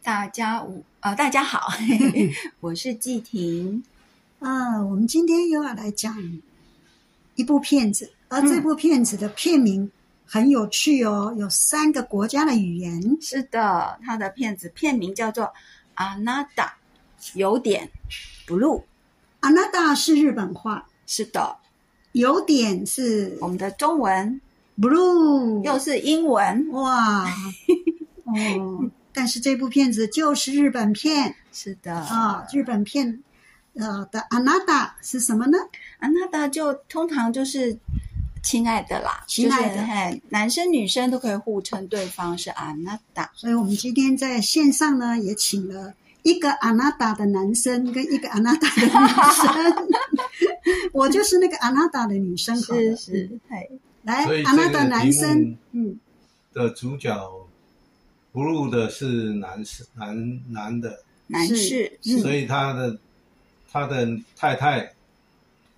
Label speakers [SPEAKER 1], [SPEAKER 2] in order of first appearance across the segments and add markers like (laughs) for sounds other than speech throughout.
[SPEAKER 1] 大家午呃，大家 (laughs) 好，我是季婷。
[SPEAKER 2] 啊，我们今天又要来讲一部片子，而这部片子的片名很有趣哦，有三个国家的语言。
[SPEAKER 1] 是的，他的片子片名叫做《阿纳达》，有点 blue。
[SPEAKER 2] 阿那达是日本话，
[SPEAKER 1] 是的，
[SPEAKER 2] 有点是
[SPEAKER 1] 我们的中文
[SPEAKER 2] blue，
[SPEAKER 1] 又是英文。
[SPEAKER 2] 哇哦！但是这部片子就是日本片
[SPEAKER 1] 是的，
[SPEAKER 2] 啊，日本片呃的阿那达是什么呢？
[SPEAKER 1] 阿纳达就通常就是亲爱的啦，
[SPEAKER 2] 亲爱的
[SPEAKER 1] 就是嘿，男生女生都可以互称对方是阿纳达。
[SPEAKER 2] 所以我们今天在线上呢，也请了一个阿纳达的男生跟一个阿纳达的女生。 (laughs) 我就是那个阿纳达的女生好
[SPEAKER 1] 是
[SPEAKER 2] 了，
[SPEAKER 1] 是，嘿，
[SPEAKER 2] 来
[SPEAKER 3] 所以
[SPEAKER 2] 阿纳
[SPEAKER 3] 这
[SPEAKER 2] 达
[SPEAKER 3] 个
[SPEAKER 2] 啊男
[SPEAKER 3] 题
[SPEAKER 2] 生，
[SPEAKER 3] 目
[SPEAKER 2] 嗯，
[SPEAKER 3] 的主角不入的是男士男男的，
[SPEAKER 1] 男
[SPEAKER 2] 是
[SPEAKER 1] 士
[SPEAKER 3] 所以他的他的太太，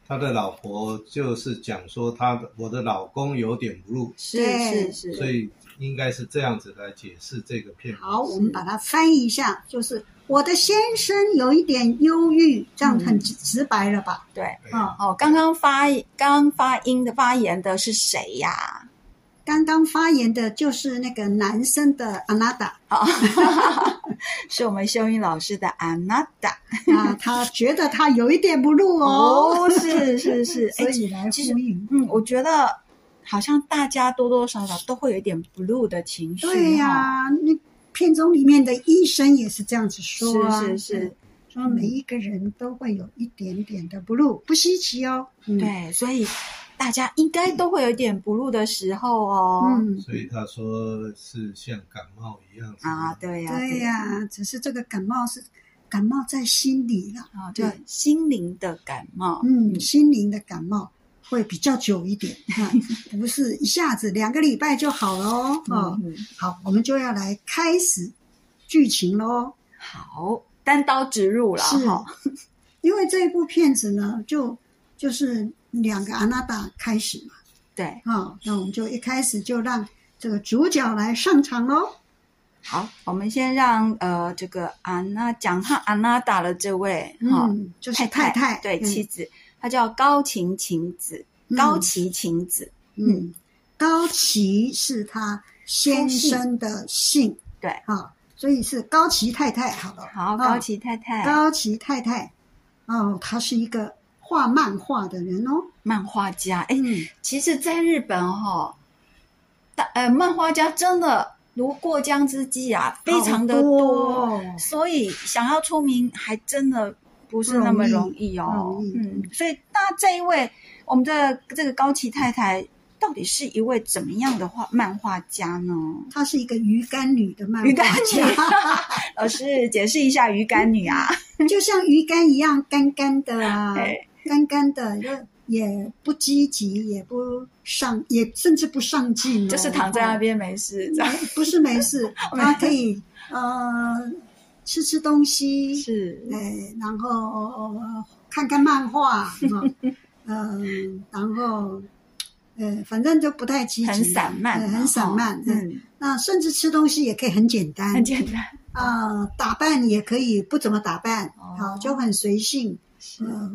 [SPEAKER 3] 他的老婆就是讲说他的我的老公有点不入，
[SPEAKER 1] 是
[SPEAKER 2] 对
[SPEAKER 1] 是是，
[SPEAKER 3] 所以应该是这样子来解释这个片名。
[SPEAKER 2] 好，我们把它翻译一下，就是我的先生有一点忧郁，这样很
[SPEAKER 1] 嗯
[SPEAKER 2] 直直白了吧？
[SPEAKER 1] 对。
[SPEAKER 3] 对
[SPEAKER 2] 啊，
[SPEAKER 1] 哦，刚刚发刚发音的发言的是谁呀？
[SPEAKER 2] 刚刚发言的就是那个男生的阿纳达
[SPEAKER 1] 哦， (laughs) 是我们秀英老师的安娜达。
[SPEAKER 2] 啊，他觉得他有一点不入哦，
[SPEAKER 1] 哦，是是是，哎
[SPEAKER 2] (laughs) 所，以来
[SPEAKER 1] 其实
[SPEAKER 2] 呼应。
[SPEAKER 1] 嗯，我觉得好像大家多多少少都会有一点 blue 的情绪。哦
[SPEAKER 2] 对呀、那片中里面的医生也是这样子
[SPEAKER 1] 哦
[SPEAKER 2] 说、啊，
[SPEAKER 1] 是是是，
[SPEAKER 2] 说每一个人都会有一点点的 blue，不稀奇哦。嗯，
[SPEAKER 1] 对，所以大家应该都会有一点 blue 的时候哦。
[SPEAKER 2] 嗯，
[SPEAKER 3] 所以他说是像感冒一样
[SPEAKER 1] 啊，，对呀，
[SPEAKER 2] 对呀、只是这个感冒是感冒在心里了，
[SPEAKER 1] 啊，对，心灵的感冒。
[SPEAKER 2] 嗯，心灵的感冒会比较久一点，啊、 (laughs) 不是一下子两个礼拜就好了哦。哦，
[SPEAKER 1] 嗯，
[SPEAKER 2] 好，我们就要来开始剧情喽。
[SPEAKER 1] 好，单刀直入了
[SPEAKER 2] 是
[SPEAKER 1] 哈。
[SPEAKER 2] 因为这一部片子呢，就就是两个阿娜达开始嘛。
[SPEAKER 1] 对，
[SPEAKER 2] 啊、那我们就一开始就让这个主角来上场喽。
[SPEAKER 1] 好，我们先让呃这个安娜讲她安娜达的这位哈、
[SPEAKER 2] 嗯，就是
[SPEAKER 1] 太
[SPEAKER 2] 太，
[SPEAKER 1] 对
[SPEAKER 2] 嗯
[SPEAKER 1] 妻子，她叫高琴晴子，
[SPEAKER 2] 嗯
[SPEAKER 1] 高崎晴子，
[SPEAKER 2] 嗯，高崎是他先生的姓，
[SPEAKER 1] 对
[SPEAKER 2] 啊、所以是高崎太太好了。
[SPEAKER 1] 好，
[SPEAKER 2] 哦
[SPEAKER 1] 高崎太太，
[SPEAKER 2] 高崎太太，哦，她是一个画漫画的人哦。
[SPEAKER 1] 漫画家。哎，
[SPEAKER 2] 嗯，
[SPEAKER 1] 其实，在日本哈、大呃漫画家真的如过江之鲫啊，非常的
[SPEAKER 2] 好
[SPEAKER 1] 多，
[SPEAKER 2] 多哦
[SPEAKER 1] 所以想要出名还真的不是那么容易哦。
[SPEAKER 2] 不容易
[SPEAKER 1] 嗯，所以那这一位我们的这个高崎太太，到底是一位怎么样的画漫画家呢？
[SPEAKER 2] 她是一个鱼干女的漫
[SPEAKER 1] 鱼
[SPEAKER 2] 画
[SPEAKER 1] 干
[SPEAKER 2] (laughs) 家，
[SPEAKER 1] 女， (laughs) 老师解释一下鱼干女啊。
[SPEAKER 2] 就像鱼干一样干干的啊。
[SPEAKER 1] 对，
[SPEAKER 2] 干干的，就也不积极，也不上，也甚至不上进、哦，
[SPEAKER 1] 就是躺在那边没事这样。
[SPEAKER 2] 哦，不是没
[SPEAKER 1] (laughs)
[SPEAKER 2] 事，他可以呃吃吃东西，
[SPEAKER 1] 哦是
[SPEAKER 2] 呃，然后、呃看看漫画，哈
[SPEAKER 1] (laughs)
[SPEAKER 2] 呃，然后呃，反正就不太积极，
[SPEAKER 1] 很散漫
[SPEAKER 2] 呃
[SPEAKER 1] 嘛，
[SPEAKER 2] 很散漫
[SPEAKER 1] 哦，
[SPEAKER 2] 嗯，
[SPEAKER 1] 嗯，
[SPEAKER 2] 那甚至吃东西也可以很简单
[SPEAKER 1] 很，简单。
[SPEAKER 2] 啊、打扮也可以不怎么打扮，
[SPEAKER 1] 哦
[SPEAKER 2] 好、就很随性，呃，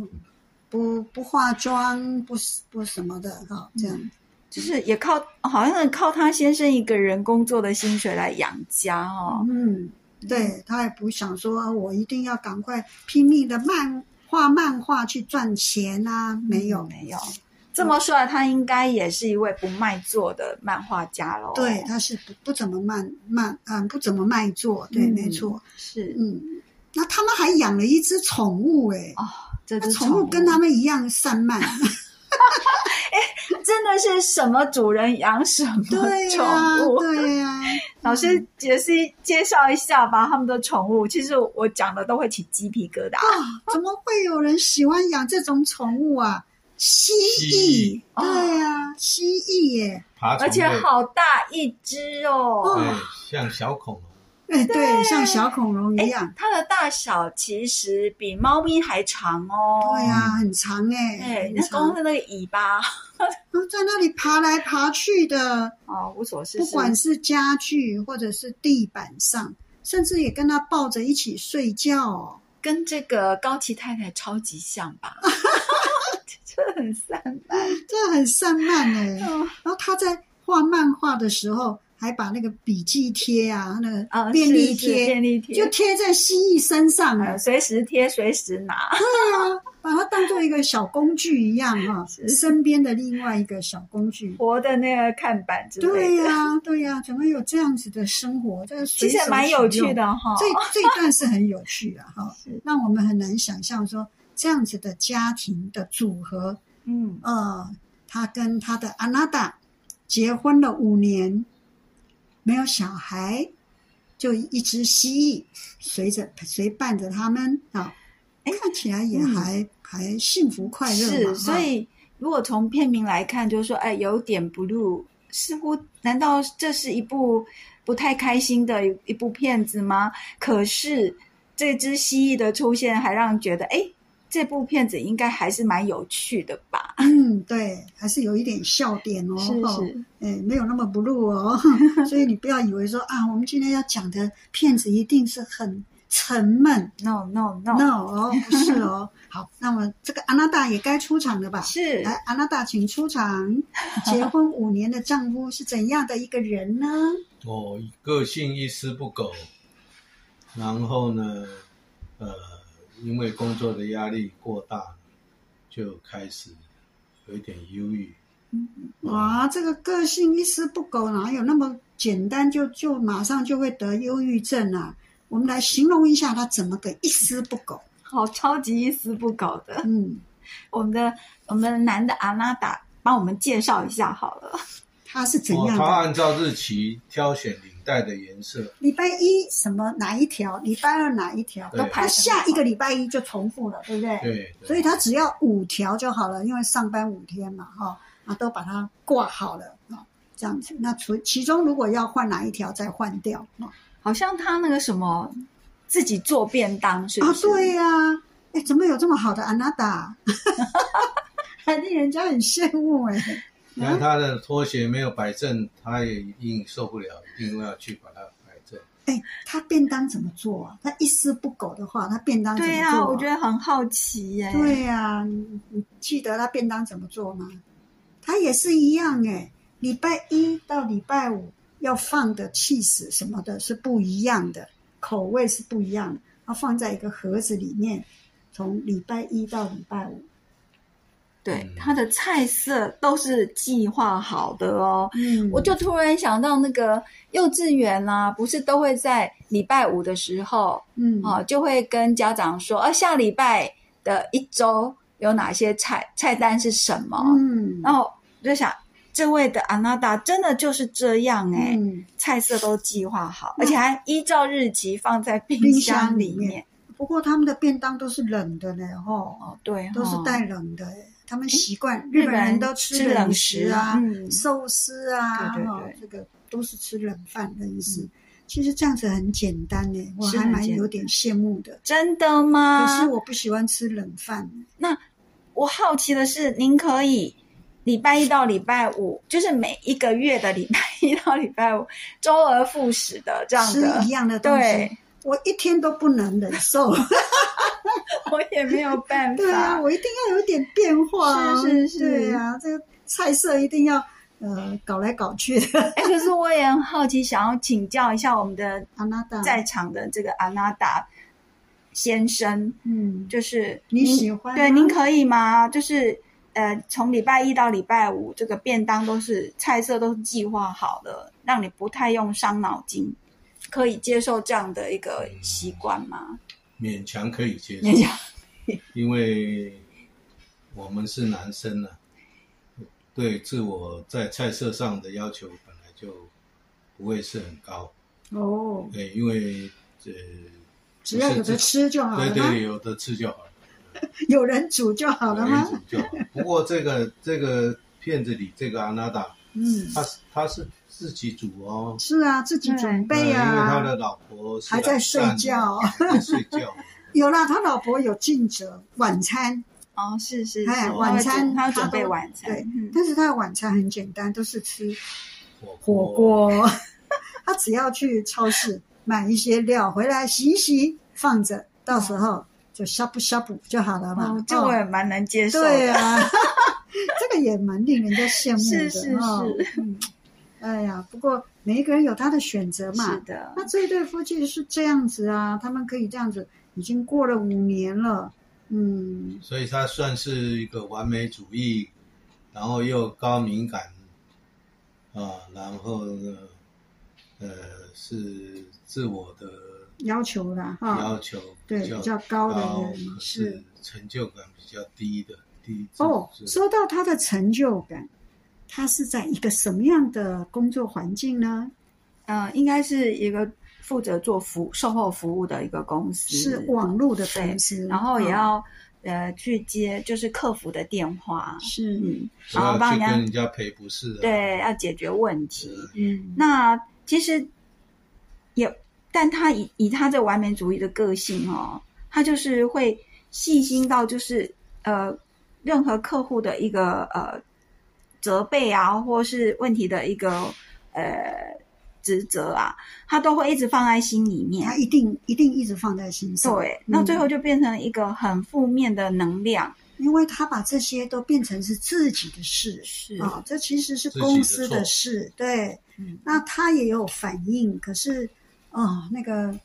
[SPEAKER 2] 不不化妆，不不什么的哈、这样。
[SPEAKER 1] 就是也靠，好像靠他先生一个人工作的薪水来养家哦。
[SPEAKER 2] 嗯，对他也不想说，啊我一定要赶快拼命的漫画漫画去赚钱啊，没有，
[SPEAKER 1] 嗯没有，嗯这么说来，他应该也是一位不卖座的漫画家喽。
[SPEAKER 2] 对，他是不不怎么漫漫嗯不怎么卖座，对，
[SPEAKER 1] 嗯
[SPEAKER 2] 没错，
[SPEAKER 1] 是
[SPEAKER 2] 嗯。那他们还养了一只宠物、诶，
[SPEAKER 1] 哦，这
[SPEAKER 2] 哎，
[SPEAKER 1] 只
[SPEAKER 2] 宠物跟他们一样散漫，
[SPEAKER 1] 真的是什么主人养什么
[SPEAKER 2] (laughs) 对 (laughs)
[SPEAKER 1] 宠
[SPEAKER 2] 呀、
[SPEAKER 1] 物。
[SPEAKER 2] 对啊呀、
[SPEAKER 1] 老师也是介绍一下吧，他们的宠物。其实我讲的都会起鸡皮疙瘩。
[SPEAKER 2] 怎么会有人喜欢养这种宠物啊？蜥蜴，
[SPEAKER 1] 蜴
[SPEAKER 3] 蜥
[SPEAKER 1] 哦
[SPEAKER 2] 对呀、蜥蜴耶，
[SPEAKER 3] 爬虫
[SPEAKER 1] 而且
[SPEAKER 3] 类，
[SPEAKER 1] 好大一只哦。
[SPEAKER 2] 嗯
[SPEAKER 3] 对，像小恐龙，
[SPEAKER 2] 哎，
[SPEAKER 1] 对
[SPEAKER 2] 对，像小恐龙
[SPEAKER 1] 哎
[SPEAKER 2] 一样，，
[SPEAKER 1] 它的大小其实比猫咪还长哦。
[SPEAKER 2] 对呀、很长哎，
[SPEAKER 1] 哎，
[SPEAKER 2] 很
[SPEAKER 1] 那光
[SPEAKER 2] 长，
[SPEAKER 1] 是那个尾巴
[SPEAKER 2] 在那里爬来爬去的，
[SPEAKER 1] 哦，无所事
[SPEAKER 2] 不
[SPEAKER 1] 事。
[SPEAKER 2] 管是家具或者是地板上，甚至也跟它抱着一起睡觉、哦。
[SPEAKER 1] 跟这个高崎太太超级像
[SPEAKER 2] (laughs)
[SPEAKER 1] 吧？这很散漫。
[SPEAKER 2] 这很散漫
[SPEAKER 1] (laughs)
[SPEAKER 2] 哎、
[SPEAKER 1] 嗯
[SPEAKER 2] 然后他在画漫画的时候，还把那个笔记贴啊，那
[SPEAKER 1] 啊
[SPEAKER 2] 个便利
[SPEAKER 1] 是
[SPEAKER 2] 贴，
[SPEAKER 1] 是便利
[SPEAKER 2] 就
[SPEAKER 1] 贴，
[SPEAKER 2] 贴在蜥蜴身上了、
[SPEAKER 1] 呃，随时贴，随时拿。
[SPEAKER 2] 把它当做一个小工具一样哈、
[SPEAKER 1] 是
[SPEAKER 2] 身边的另外一个小工具。
[SPEAKER 1] 活的那个看板之类
[SPEAKER 2] 对
[SPEAKER 1] 的，
[SPEAKER 2] 呀、对呀、怎么有这样子的生活？这个
[SPEAKER 1] 其
[SPEAKER 2] 随
[SPEAKER 1] 实
[SPEAKER 2] 手
[SPEAKER 1] 也蛮有
[SPEAKER 2] 取用
[SPEAKER 1] 趣。的哈。
[SPEAKER 2] 这这一段是很有趣的哈
[SPEAKER 1] (laughs) 是，
[SPEAKER 2] 让我们很难想象说这样子的家庭的组合
[SPEAKER 1] 嗯，
[SPEAKER 2] 呃，他跟他的阿娜达结婚了五年，没有小孩，就一只蜥蜴随着随伴着他们啊，看起来也还、还幸福快乐嘛
[SPEAKER 1] 嗯是，
[SPEAKER 2] 哈
[SPEAKER 1] 所以如果从片名来看，就是说，哎，有点 blue，似乎难道这是一部不太开心的一一部片子吗？可是这只蜥蜴的出现，还让人觉得，哎，这部片子应该还是蛮有趣的吧？
[SPEAKER 2] 嗯，对，还是有一点笑点哦，
[SPEAKER 1] 是
[SPEAKER 2] 哦
[SPEAKER 1] 是，
[SPEAKER 2] 哎，没有那么 blue
[SPEAKER 1] (laughs)
[SPEAKER 2] 哦，所以你不要以为说啊，我们今天要讲的片子一定是很沉闷
[SPEAKER 1] No no no，,
[SPEAKER 2] ，no 哦，不是哦，好，那么这个阿娜达也该出场了吧？
[SPEAKER 1] 是
[SPEAKER 2] 来，安娜达，请出场。结婚五年的丈夫是怎样的一个人呢？
[SPEAKER 3] 我个性一丝不苟，然后呢，呃，因为工作的压力过大，就开始有一点忧郁。
[SPEAKER 2] 哇，这个个性一丝不苟，哪有那么简单就就马上就会得忧郁症啊？我们来形容一下他怎么个一丝不苟。
[SPEAKER 1] 好超级一丝不苟的。
[SPEAKER 2] 嗯，
[SPEAKER 1] 我们的我们男的阿拉达帮我们介绍一下好了。
[SPEAKER 2] 他是怎
[SPEAKER 3] 哦，
[SPEAKER 2] 样
[SPEAKER 3] 他
[SPEAKER 2] 的？
[SPEAKER 3] 按照日期挑选领带的颜色，
[SPEAKER 2] 礼拜一什么哪一条？礼拜二哪一条？
[SPEAKER 3] 对都排
[SPEAKER 2] 他下一个礼拜一就重复了，对不对？
[SPEAKER 3] 对，对
[SPEAKER 2] 所以他只要五条就好了，因为上班五天嘛，哈、啊都把它挂好了啊、这样子。那除其中如果要换哪一条再换掉啊、
[SPEAKER 1] 好像他那个什么自己做便当是不
[SPEAKER 2] 啊
[SPEAKER 1] 是？
[SPEAKER 2] 对呀、哎，怎么有这么好的安娜达？还令人家很羡慕哎、
[SPEAKER 3] 然后他的拖鞋没有摆正，他也一定受不了，一定要去把它摆正。
[SPEAKER 2] 哎，他便当怎么做啊？他一丝不苟的话，他便当啊怎么
[SPEAKER 1] 对
[SPEAKER 2] 做、
[SPEAKER 1] 呀、我觉得很好奇耶、
[SPEAKER 2] 对呀、你你记得他便当怎么做吗？他也是一样哎、礼拜一到礼拜五要放的 cheese 什么的是不一样的，口味是不一样的。它放在一个盒子里面，从礼拜一到礼拜五。
[SPEAKER 1] 对
[SPEAKER 3] 嗯，
[SPEAKER 1] 他的菜色都是计划好的哦。
[SPEAKER 2] 嗯
[SPEAKER 1] 我就突然想到那个幼稚园啦、不是都会在礼拜五的时候
[SPEAKER 2] 嗯
[SPEAKER 1] 哦，就会跟家长说，呃、下礼拜的一周有哪些菜，菜单是什么？
[SPEAKER 2] 嗯
[SPEAKER 1] 然后我就想，这位的安娜达真的就是这样哎、
[SPEAKER 2] 嗯，
[SPEAKER 1] 菜色都计划好，而且还依照日期放在冰
[SPEAKER 2] 冰箱
[SPEAKER 1] 箱里
[SPEAKER 2] 里
[SPEAKER 1] 面。
[SPEAKER 2] 面。不过他们的便当都是冷的呢，吼，
[SPEAKER 1] 哦，对哈，
[SPEAKER 2] 都是带冷的欸。他们习惯日
[SPEAKER 1] 日
[SPEAKER 2] 本
[SPEAKER 1] 本人
[SPEAKER 2] 人都
[SPEAKER 1] 吃
[SPEAKER 2] 吃
[SPEAKER 1] 冷
[SPEAKER 2] 冷
[SPEAKER 1] 食
[SPEAKER 2] 食啊，
[SPEAKER 1] 嗯
[SPEAKER 2] 寿司啊，
[SPEAKER 1] 对对
[SPEAKER 2] 哈
[SPEAKER 1] 对
[SPEAKER 2] 这个都是吃冷饭冷食。其实这样子很简单呢，我
[SPEAKER 1] 是
[SPEAKER 2] 还
[SPEAKER 1] 很
[SPEAKER 2] 蛮
[SPEAKER 1] 简啊
[SPEAKER 2] 有点羡慕的。
[SPEAKER 1] 真的
[SPEAKER 2] 可
[SPEAKER 1] 吗？
[SPEAKER 2] 是我不喜欢吃冷饭，
[SPEAKER 1] 我好奇的是，您可以礼拜一到礼拜五，就是每一个月的礼拜一到礼拜五， (laughs) 周而复始的这样
[SPEAKER 2] 吃
[SPEAKER 1] 的
[SPEAKER 2] 一。样的东西
[SPEAKER 1] 对，，
[SPEAKER 2] 我一天都不能忍受。
[SPEAKER 1] (laughs) 我也没有办
[SPEAKER 2] 对啊，
[SPEAKER 1] 法。
[SPEAKER 2] 我一定要有一点变化啊。
[SPEAKER 1] 是是是
[SPEAKER 2] 对啊，这个菜色一定要呃搞来搞去的。 (laughs)
[SPEAKER 1] 哎、可是我也很好奇，想要请教一下我们的
[SPEAKER 2] 阿娜达，
[SPEAKER 1] 在场的这个阿纳达先生，
[SPEAKER 2] 嗯，
[SPEAKER 1] 就是
[SPEAKER 2] 你
[SPEAKER 1] 您
[SPEAKER 2] 喜欢
[SPEAKER 1] 对，
[SPEAKER 2] 吗
[SPEAKER 1] 您可以吗？就是呃，从礼拜一到礼拜五，这个便当都是菜色都是计划好的，让你不太用伤脑筋，可以接受这样的一个习惯
[SPEAKER 2] (laughs)
[SPEAKER 1] 吗？
[SPEAKER 3] 勉强可以接受，
[SPEAKER 1] 勉强
[SPEAKER 3] 因为我们是男生呢、啊对自我在菜色上的要求本来就不会是很高，
[SPEAKER 2] 哦，
[SPEAKER 3] 对，因为呃，
[SPEAKER 2] 只要有
[SPEAKER 3] 不是
[SPEAKER 2] 的
[SPEAKER 3] 自，
[SPEAKER 2] 吃就好
[SPEAKER 3] 对
[SPEAKER 2] 了
[SPEAKER 3] 对，
[SPEAKER 2] 吗？
[SPEAKER 3] 有的吃就好了。
[SPEAKER 2] 有人煮就好了吗？
[SPEAKER 3] 就好。
[SPEAKER 2] (laughs)
[SPEAKER 3] 不过这个这个片子里这个阿娜达，
[SPEAKER 2] 嗯，
[SPEAKER 3] 他是他是自己煮哦，
[SPEAKER 2] 是啊，自己准备
[SPEAKER 3] 呃因为他
[SPEAKER 2] 啊。
[SPEAKER 3] 的老婆是
[SPEAKER 2] 还在睡觉
[SPEAKER 3] 懒散的还在睡
[SPEAKER 2] (laughs)
[SPEAKER 3] 觉。
[SPEAKER 2] 有啦，他老婆有尽责晚餐，
[SPEAKER 1] 哦，是是，
[SPEAKER 2] 哎
[SPEAKER 1] 是
[SPEAKER 2] 晚餐
[SPEAKER 1] 他要
[SPEAKER 2] 他
[SPEAKER 1] 准备
[SPEAKER 2] 都
[SPEAKER 1] 晚餐，
[SPEAKER 2] 对
[SPEAKER 1] 嗯
[SPEAKER 2] 但是他的晚餐很简单，都是吃
[SPEAKER 3] 火
[SPEAKER 2] 火
[SPEAKER 1] (laughs)
[SPEAKER 2] 锅。他只要去超市买一些料回来洗一洗，放着，到时候就呷哺呷哺就好了嘛
[SPEAKER 1] 哦。，这我也
[SPEAKER 2] 哦
[SPEAKER 1] 蛮能接受的。
[SPEAKER 2] 对啊， (laughs) 这个也蛮令人家羡慕的
[SPEAKER 1] 是是
[SPEAKER 2] 哦
[SPEAKER 1] 是
[SPEAKER 2] 嗯哎呀，不过每一个人有他的选择嘛
[SPEAKER 1] 是。的，
[SPEAKER 2] 那这一对夫妻是这样子啊，他们可以这样子，已经过了五年了，嗯，
[SPEAKER 3] 所以他算是一个完美主义，然后又高敏感，啊，然后呢，呃，是自我的
[SPEAKER 2] 要求啦，哈、
[SPEAKER 3] 要求
[SPEAKER 2] 对
[SPEAKER 3] 比较
[SPEAKER 2] 比较高的人
[SPEAKER 3] 可
[SPEAKER 2] 是
[SPEAKER 3] 是成就感比较低的低。
[SPEAKER 2] 哦，
[SPEAKER 3] 是
[SPEAKER 2] 说到他的成就感，他是在一个什么样的工作环境呢？
[SPEAKER 3] 嗯
[SPEAKER 1] 呃，应该是一个负责做服售后服务的一个公司，
[SPEAKER 2] 是网络的公司，
[SPEAKER 1] 然后也
[SPEAKER 2] 哦、
[SPEAKER 1] 要、呃去接就是客服的电话，
[SPEAKER 2] 是啊
[SPEAKER 1] 嗯，
[SPEAKER 3] 不
[SPEAKER 1] 然后
[SPEAKER 3] 要
[SPEAKER 1] 帮
[SPEAKER 3] 去
[SPEAKER 1] 人
[SPEAKER 3] 跟
[SPEAKER 1] 家
[SPEAKER 3] 人家赔不是、啊。
[SPEAKER 1] 对要解决问题。
[SPEAKER 2] 嗯，
[SPEAKER 1] 那其实也，但他以以他这完美主义的个性哦，他就是会细心到就是呃，任何客户的一个呃责备啊，或是问题的一个呃职责啊，他都会一直放在心里面
[SPEAKER 2] 他。一定一定一直放在心上，
[SPEAKER 1] 嗯对，那最后
[SPEAKER 2] 嗯
[SPEAKER 1] 就变成一个很负面的能量。
[SPEAKER 2] 因为他把这些都变成是自己的事，
[SPEAKER 1] 是
[SPEAKER 2] 啊、这其实是
[SPEAKER 3] 自己的
[SPEAKER 2] 公司
[SPEAKER 3] 错
[SPEAKER 2] 的事，对，
[SPEAKER 1] 嗯
[SPEAKER 2] 那他也有反应，可是哦，那个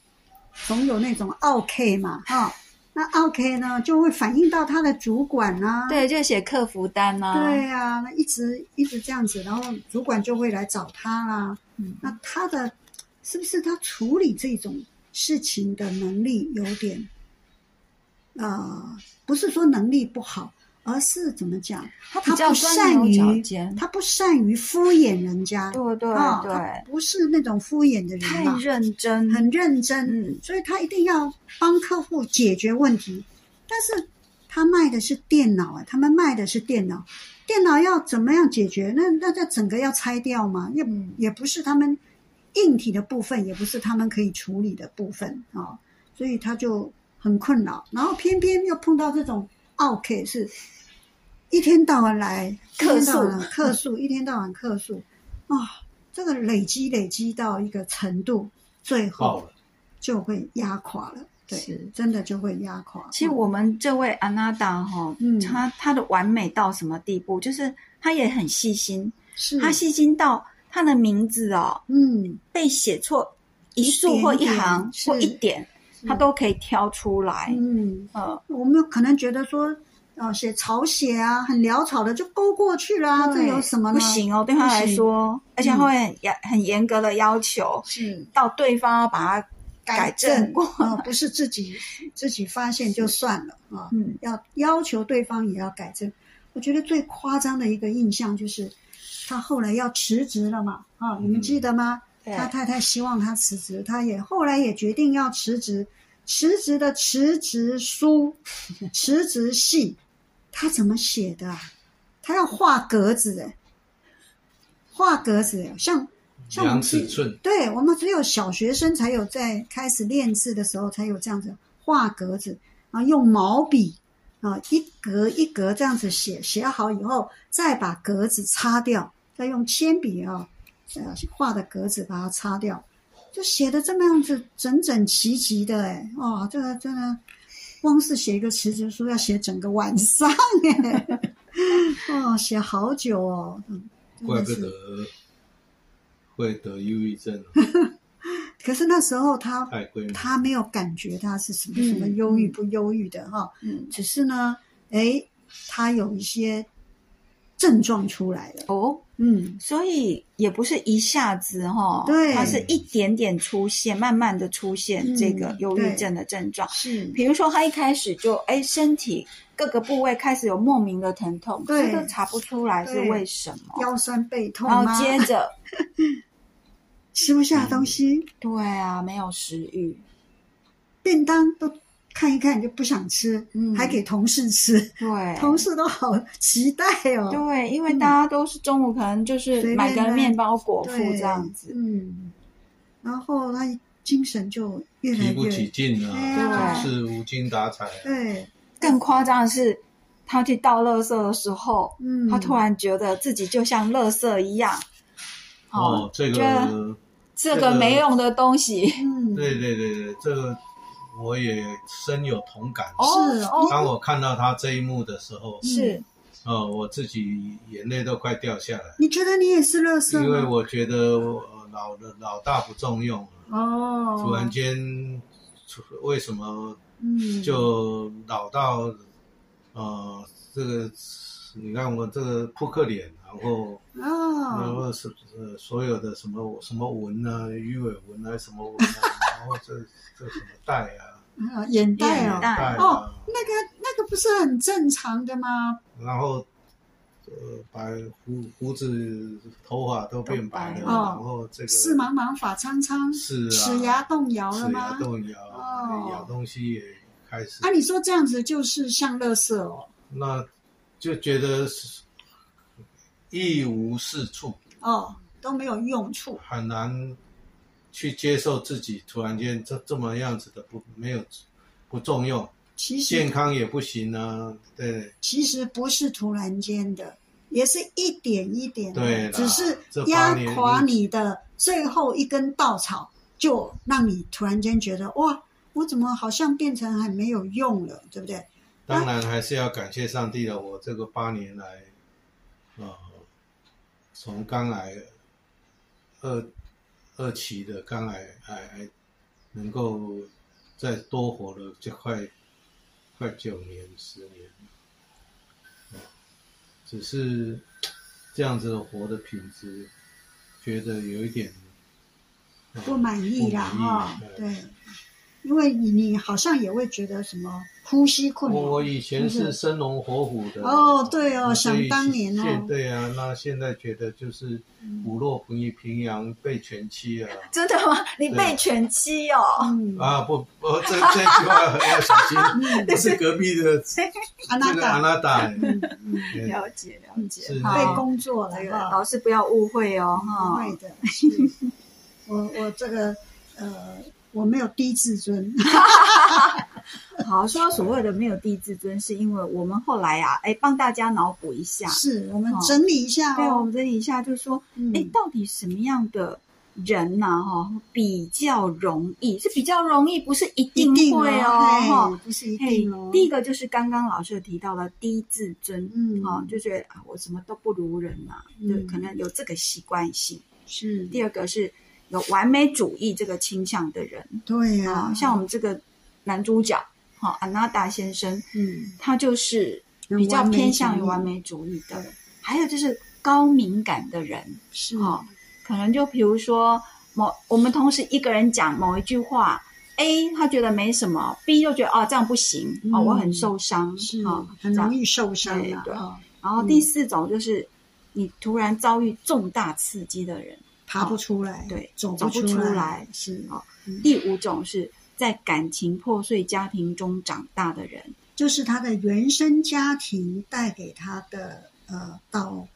[SPEAKER 2] 总有那种 OK 嘛，哈、那 OK 呢就会反映到他的主管啊啦、
[SPEAKER 1] 对，就写客服单啊。
[SPEAKER 2] 对呀、那一直一直这样子，然后主管就会来找他啦。
[SPEAKER 1] 嗯
[SPEAKER 2] 那他的是不是他处理这种事情的能力有点，呃，不是说能力不好，而是怎么讲，
[SPEAKER 1] 他比
[SPEAKER 2] 他
[SPEAKER 1] 较
[SPEAKER 2] 不
[SPEAKER 1] 钻
[SPEAKER 2] 善
[SPEAKER 1] 牛角
[SPEAKER 2] 于
[SPEAKER 1] 尖。
[SPEAKER 2] 他不善于敷衍人家，
[SPEAKER 1] 嗯对对
[SPEAKER 2] 啊
[SPEAKER 1] 对，
[SPEAKER 2] 他不是那种敷衍的人
[SPEAKER 1] 太
[SPEAKER 2] 啦，
[SPEAKER 1] 认真，
[SPEAKER 2] 很认真，
[SPEAKER 1] 嗯，
[SPEAKER 2] 所以他一定要帮客户解决问题。但是他卖的是电脑啊，他们卖的是电脑，电脑要怎么样解决？那那这整个要拆掉嘛？也
[SPEAKER 1] 嗯
[SPEAKER 2] 也不是他们硬体的部分，也不是他们可以处理的部分啊、所以他就很困扰。然后偏偏又碰到这种 OK 是。一天到晚来
[SPEAKER 1] 客
[SPEAKER 2] 一
[SPEAKER 1] 诉
[SPEAKER 2] 天到晚客诉，一天到晚客诉，啊、这个累积累积到一个程度，最
[SPEAKER 3] 爆
[SPEAKER 2] 后
[SPEAKER 3] 了。
[SPEAKER 2] 就会压垮了。对
[SPEAKER 1] 是，
[SPEAKER 2] 真的就会压垮。
[SPEAKER 1] 其实我们这位安娜达哈，
[SPEAKER 2] 嗯
[SPEAKER 1] 她她的完美到什么地步？就是她也很细心，
[SPEAKER 2] 是
[SPEAKER 1] 她细心到她的名字哦
[SPEAKER 2] 嗯，
[SPEAKER 1] 被写错一竖或一
[SPEAKER 2] 一点点
[SPEAKER 1] 行
[SPEAKER 2] 是
[SPEAKER 1] 或一点，她都可以挑出来。
[SPEAKER 2] 嗯，
[SPEAKER 1] 呃，
[SPEAKER 2] 我们可能觉得说，呃，写草写啊，很潦草的就勾过去啦、这有什么呢？
[SPEAKER 1] 不，行哦，对她来说，而
[SPEAKER 2] 嗯
[SPEAKER 1] 且她会很严很严格的要求，
[SPEAKER 2] 是
[SPEAKER 1] 到对方要把它改
[SPEAKER 2] 改
[SPEAKER 1] (laughs) 正过。
[SPEAKER 2] 呃，不是自己自己发现就算了啊，
[SPEAKER 1] 嗯，
[SPEAKER 2] 要要求对方也要改正。我觉得最夸张的一个印象就是，他后来要辞职了嘛，啊，你们
[SPEAKER 3] 嗯
[SPEAKER 2] 记得吗？
[SPEAKER 1] 对
[SPEAKER 2] 他太太希望他辞职，他也后来也决定要辞职。辞职的辞职书、辞职信，他怎么写的、啊？他要画格子哎，画格子哎，像像我
[SPEAKER 3] 量
[SPEAKER 2] 们
[SPEAKER 3] 尺
[SPEAKER 2] 是，
[SPEAKER 3] 寸，
[SPEAKER 2] 对我们只有小学生才有在开始练字的时候才有这样子画格子，然后用毛笔啊一格一格这样子写，写好以后再把格子擦掉，再用铅笔啊呃画的格子把它擦掉，就写的这么样子整整齐齐的哎，哦，这个真的。光是写一个辞职书要写整个晚上哎，哦，写好久哦，嗯，真
[SPEAKER 3] 怪
[SPEAKER 2] 的
[SPEAKER 3] 不
[SPEAKER 2] 是
[SPEAKER 3] 得会得忧
[SPEAKER 2] (laughs)
[SPEAKER 3] 郁症哦，
[SPEAKER 2] 可是那时候他
[SPEAKER 3] 太贵了。
[SPEAKER 2] 他没有感觉他是什么
[SPEAKER 1] 嗯
[SPEAKER 2] 什么忧郁不忧郁的哈，
[SPEAKER 1] 嗯，
[SPEAKER 2] 只是呢，哎，他有一些症状出来了。
[SPEAKER 1] 哦，
[SPEAKER 2] 嗯，
[SPEAKER 1] 所以也不是一下子哈、
[SPEAKER 2] 对
[SPEAKER 1] 它是一点点出现，慢慢的出现
[SPEAKER 2] 嗯
[SPEAKER 1] 这个忧郁
[SPEAKER 2] 对
[SPEAKER 1] 症的症状。
[SPEAKER 2] 是，
[SPEAKER 1] 比如说，他一开始就哎，身体各个部位开始有莫名的疼痛，可是
[SPEAKER 2] 对
[SPEAKER 1] 都查不出来是
[SPEAKER 2] 对
[SPEAKER 1] 为什么。
[SPEAKER 2] 腰酸背痛
[SPEAKER 1] 然
[SPEAKER 2] 吗
[SPEAKER 1] 后？接着，
[SPEAKER 2] 吃不下东西，
[SPEAKER 1] 对啊，没有食欲，
[SPEAKER 2] 便当都看一看就不想吃，
[SPEAKER 1] 嗯哎
[SPEAKER 2] 还给同事吃，
[SPEAKER 1] 对，
[SPEAKER 2] 同事都好期待哦，
[SPEAKER 1] 对，因为大家都是中午可能就是
[SPEAKER 2] 随
[SPEAKER 1] 买
[SPEAKER 2] 便
[SPEAKER 1] 个
[SPEAKER 2] 啦
[SPEAKER 1] 面包果腹
[SPEAKER 2] 对
[SPEAKER 1] 这样子，
[SPEAKER 2] 嗯，然后他精神就越来
[SPEAKER 3] 提不起
[SPEAKER 2] 越
[SPEAKER 3] 劲啊，
[SPEAKER 2] 对
[SPEAKER 3] 总是无精打采啊。
[SPEAKER 2] 对，
[SPEAKER 1] 更夸张的是，他去倒垃圾的时候，
[SPEAKER 2] 嗯，
[SPEAKER 1] 他突然觉得自己就像垃圾一样，
[SPEAKER 3] 哦，这
[SPEAKER 1] 觉得
[SPEAKER 3] 个，
[SPEAKER 1] 这
[SPEAKER 3] 这
[SPEAKER 1] 个
[SPEAKER 3] 个
[SPEAKER 1] 没用的东西。
[SPEAKER 2] 嗯，
[SPEAKER 3] 对对对对，这个我也深有同感。
[SPEAKER 2] 是哦
[SPEAKER 3] 当我看到他这一幕的时候，
[SPEAKER 2] 嗯
[SPEAKER 1] 是
[SPEAKER 3] 呃，我自己眼泪都快掉下来，
[SPEAKER 2] 你觉得你也是乐色
[SPEAKER 3] 因为
[SPEAKER 2] 吗？
[SPEAKER 3] 我觉得呃老的老大不重用了，
[SPEAKER 2] 哦，
[SPEAKER 3] 突然间出为什么
[SPEAKER 2] 嗯，
[SPEAKER 3] 就老到呃这个，你看我这个扑克脸，然后然
[SPEAKER 2] 哦，
[SPEAKER 3] 后是呃所有的什么什么纹啊、鱼尾纹啊、什么纹啊，然后这这什么带啊、
[SPEAKER 2] 啊眼袋
[SPEAKER 1] 眼
[SPEAKER 2] 哦，
[SPEAKER 1] 袋
[SPEAKER 3] 带
[SPEAKER 2] 哦
[SPEAKER 3] 啊，，
[SPEAKER 2] 那个那个不是很正常的吗？
[SPEAKER 3] 然后呃把胡胡子、头发都变白了，
[SPEAKER 1] 都
[SPEAKER 2] 白了
[SPEAKER 3] 然后这个
[SPEAKER 2] 视哦茫茫，法苍苍，
[SPEAKER 3] 是啊，
[SPEAKER 2] 齿牙动摇了
[SPEAKER 3] 齿牙
[SPEAKER 2] 吗？
[SPEAKER 3] 动摇，
[SPEAKER 2] 哦
[SPEAKER 3] 咬东西也开始，
[SPEAKER 2] 啊，你说这样子就是像乐色哦，
[SPEAKER 3] 那就觉得是一无是处，
[SPEAKER 2] 哦，都没有用处，
[SPEAKER 3] 很难去接受自己突然间这这么样子的不没有不重用。
[SPEAKER 2] 其
[SPEAKER 3] 健
[SPEAKER 2] 实
[SPEAKER 3] 康也不行啊，对
[SPEAKER 2] 其实不是突然间的，也是一点一点的，
[SPEAKER 3] 对啦
[SPEAKER 2] 只是
[SPEAKER 3] 这八
[SPEAKER 2] 压
[SPEAKER 3] 年
[SPEAKER 2] 垮你的最后一根稻草，就让你突然间觉得哇，我怎么好像变成很没有用了，对不对？
[SPEAKER 3] 当然还是要感谢上帝了。我这个八年来，呃，从肝癌二二期的肝癌癌癌，能够再多活了就快快九年十年，呃只是这样子的活的品质，觉得有一点、呃
[SPEAKER 2] 不满意啦
[SPEAKER 3] 不满意
[SPEAKER 2] 哈、
[SPEAKER 3] 呃
[SPEAKER 2] 对，因为你你好像也会觉得什么呼吸困难，
[SPEAKER 3] 我我以前是生龙活虎的。
[SPEAKER 2] 哦对哦
[SPEAKER 3] 那所
[SPEAKER 2] 想
[SPEAKER 3] 以
[SPEAKER 2] 当年哦嗯
[SPEAKER 3] 现对啊，那现在觉得就是虎落平平阳被犬欺啊。
[SPEAKER 1] 真的吗？你
[SPEAKER 3] 对
[SPEAKER 1] 被犬欺哦？
[SPEAKER 2] 嗯，
[SPEAKER 3] 啊不，哦这这句话要小
[SPEAKER 2] (laughs)
[SPEAKER 3] 心，我是隔壁的
[SPEAKER 2] 阿
[SPEAKER 3] 这
[SPEAKER 2] 那
[SPEAKER 3] 个
[SPEAKER 2] 达
[SPEAKER 3] 阿拉达，
[SPEAKER 2] 嗯嗯
[SPEAKER 3] 对
[SPEAKER 1] 了解了解
[SPEAKER 3] 是，
[SPEAKER 1] 好
[SPEAKER 2] 被工作了
[SPEAKER 1] 这个
[SPEAKER 2] 哈
[SPEAKER 1] 老，师不要误会哦，
[SPEAKER 2] 不
[SPEAKER 1] 哈
[SPEAKER 2] 会，的， (laughs) 是我我这个呃我没有低自尊，
[SPEAKER 1] 好，说到所谓的没有低自尊，是因为我们后来啊，哎，帮大家脑补一下，
[SPEAKER 2] 是我们整理一下
[SPEAKER 1] 对，我
[SPEAKER 2] 哦，
[SPEAKER 1] 们这里一下就说，
[SPEAKER 2] 嗯
[SPEAKER 1] 哎，到底什么样的人呐、哈、比较容易？是比较容易，不是一
[SPEAKER 2] 一
[SPEAKER 1] 定
[SPEAKER 2] 定
[SPEAKER 1] 会
[SPEAKER 2] 哦，嘿
[SPEAKER 1] 哈。
[SPEAKER 2] 不是一
[SPEAKER 1] 嘿
[SPEAKER 2] 定哦，
[SPEAKER 1] 第一个就是刚刚老师有提到的低自尊，
[SPEAKER 2] 嗯
[SPEAKER 1] 啊，就觉得啊，我什么都不如人呐、
[SPEAKER 2] 嗯
[SPEAKER 1] 对，可能有这个习惯性。
[SPEAKER 2] 是
[SPEAKER 1] 第二个是有完美主义这个倾向的人
[SPEAKER 2] 对呀
[SPEAKER 1] 啊，，像我们这个男主角，哈、安娜达先生，
[SPEAKER 2] 嗯
[SPEAKER 1] 他就是
[SPEAKER 2] 有
[SPEAKER 1] 比较
[SPEAKER 2] 完美
[SPEAKER 1] 偏向于
[SPEAKER 2] 主义
[SPEAKER 1] 完美主义的
[SPEAKER 2] 对，
[SPEAKER 1] 还有就是高敏感的人，
[SPEAKER 2] 是
[SPEAKER 1] 哦，可能就比如说某我们同时一个人讲某一句话，A 他觉得没什么，B 又觉得哦这样不行哦，
[SPEAKER 2] 嗯
[SPEAKER 1] 我很受伤
[SPEAKER 2] 是
[SPEAKER 1] 哦，
[SPEAKER 2] 很
[SPEAKER 1] 这
[SPEAKER 2] 容
[SPEAKER 1] 样
[SPEAKER 2] 易受伤的
[SPEAKER 1] 对对
[SPEAKER 2] 啊，
[SPEAKER 1] 然后第四种就是你突然遭遇重大刺激的人，
[SPEAKER 2] 爬不出来，
[SPEAKER 1] 对
[SPEAKER 2] 走
[SPEAKER 1] 走不
[SPEAKER 2] 出
[SPEAKER 1] 出来
[SPEAKER 2] 来，是
[SPEAKER 1] 哦
[SPEAKER 2] 嗯
[SPEAKER 1] 第五种是在感情破碎家庭中长大的人，
[SPEAKER 2] 就是他的原生家庭带给他的呃，到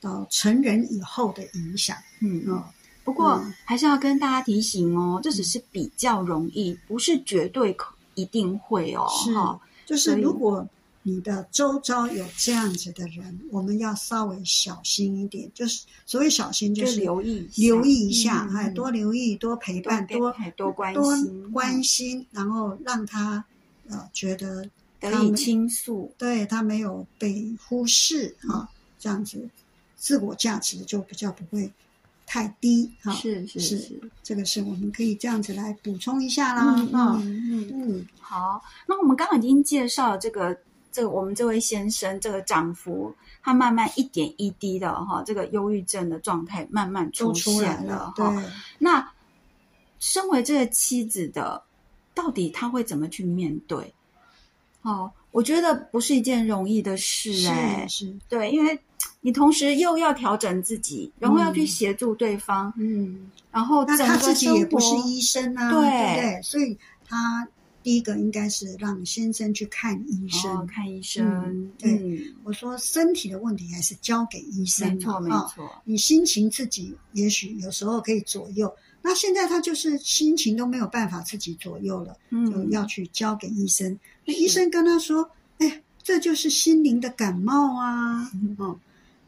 [SPEAKER 2] 到成人以后的影响
[SPEAKER 1] 嗯
[SPEAKER 2] 哦，
[SPEAKER 1] 不过
[SPEAKER 2] 嗯
[SPEAKER 1] 还是要跟大家提醒哦，这只是比较容易，不是绝对可一定会哦，
[SPEAKER 2] 是
[SPEAKER 1] 哈
[SPEAKER 2] 就是
[SPEAKER 1] 所以
[SPEAKER 2] 如果你的周遭有这样子的人，我们要稍微小心一点，就是所谓小心
[SPEAKER 1] 就
[SPEAKER 2] 就是
[SPEAKER 1] 留意下
[SPEAKER 2] 留意一下，
[SPEAKER 1] 嗯
[SPEAKER 2] 哎，
[SPEAKER 1] 嗯
[SPEAKER 2] 多留意，多陪伴，
[SPEAKER 1] 多
[SPEAKER 2] 多
[SPEAKER 1] 陪多关心嗯
[SPEAKER 2] 多关心，然后让他呃觉得
[SPEAKER 1] 得
[SPEAKER 2] 他
[SPEAKER 1] 以
[SPEAKER 2] 们
[SPEAKER 1] 倾诉。
[SPEAKER 2] 对他没有被忽视啊，这样子自我价值就比较不会太低哈。
[SPEAKER 1] 是是
[SPEAKER 2] 是
[SPEAKER 1] 是，
[SPEAKER 2] 这个是我们可以这样子来补充一下啦
[SPEAKER 1] 嗯
[SPEAKER 2] 啊。
[SPEAKER 1] 嗯嗯，
[SPEAKER 2] 嗯，
[SPEAKER 1] 好。那我们刚刚已经介绍了这个这个我们这位先生这个丈夫，他慢慢一点一滴的哈、这个忧郁症的状态慢慢
[SPEAKER 2] 都
[SPEAKER 1] 出
[SPEAKER 2] 出来
[SPEAKER 1] 现
[SPEAKER 2] 了，
[SPEAKER 1] 哈、
[SPEAKER 2] 对，
[SPEAKER 1] 那身为这个妻子的，到底她会怎么去面对？哦，我觉得不是一件容易的事哎、
[SPEAKER 2] 是，
[SPEAKER 1] 对，因为你同时又要调整自己，然后要去
[SPEAKER 2] 嗯
[SPEAKER 1] 协助对方，
[SPEAKER 2] 嗯，
[SPEAKER 1] 然后
[SPEAKER 2] 那
[SPEAKER 1] 整
[SPEAKER 2] 他
[SPEAKER 1] 个
[SPEAKER 2] 自己也
[SPEAKER 1] 生
[SPEAKER 2] 不是
[SPEAKER 1] 活
[SPEAKER 2] 医生啊，
[SPEAKER 1] 对
[SPEAKER 2] 不对？所以他第一个应该是让先生去看医生。
[SPEAKER 1] 哦、看医生，
[SPEAKER 2] 对
[SPEAKER 1] 嗯，
[SPEAKER 2] 我说身体的问题还是交给医生
[SPEAKER 1] 没
[SPEAKER 2] 嘛
[SPEAKER 1] 错没
[SPEAKER 2] 啊
[SPEAKER 1] 错，
[SPEAKER 2] 你心情自己也许有时候可以左右。那现在他就是心情都没有办法自己左右了，就
[SPEAKER 1] 嗯，
[SPEAKER 2] 要去交给医生。那
[SPEAKER 1] 是
[SPEAKER 2] 医生跟他说：“哎，这就是心灵的感冒啊！”哦，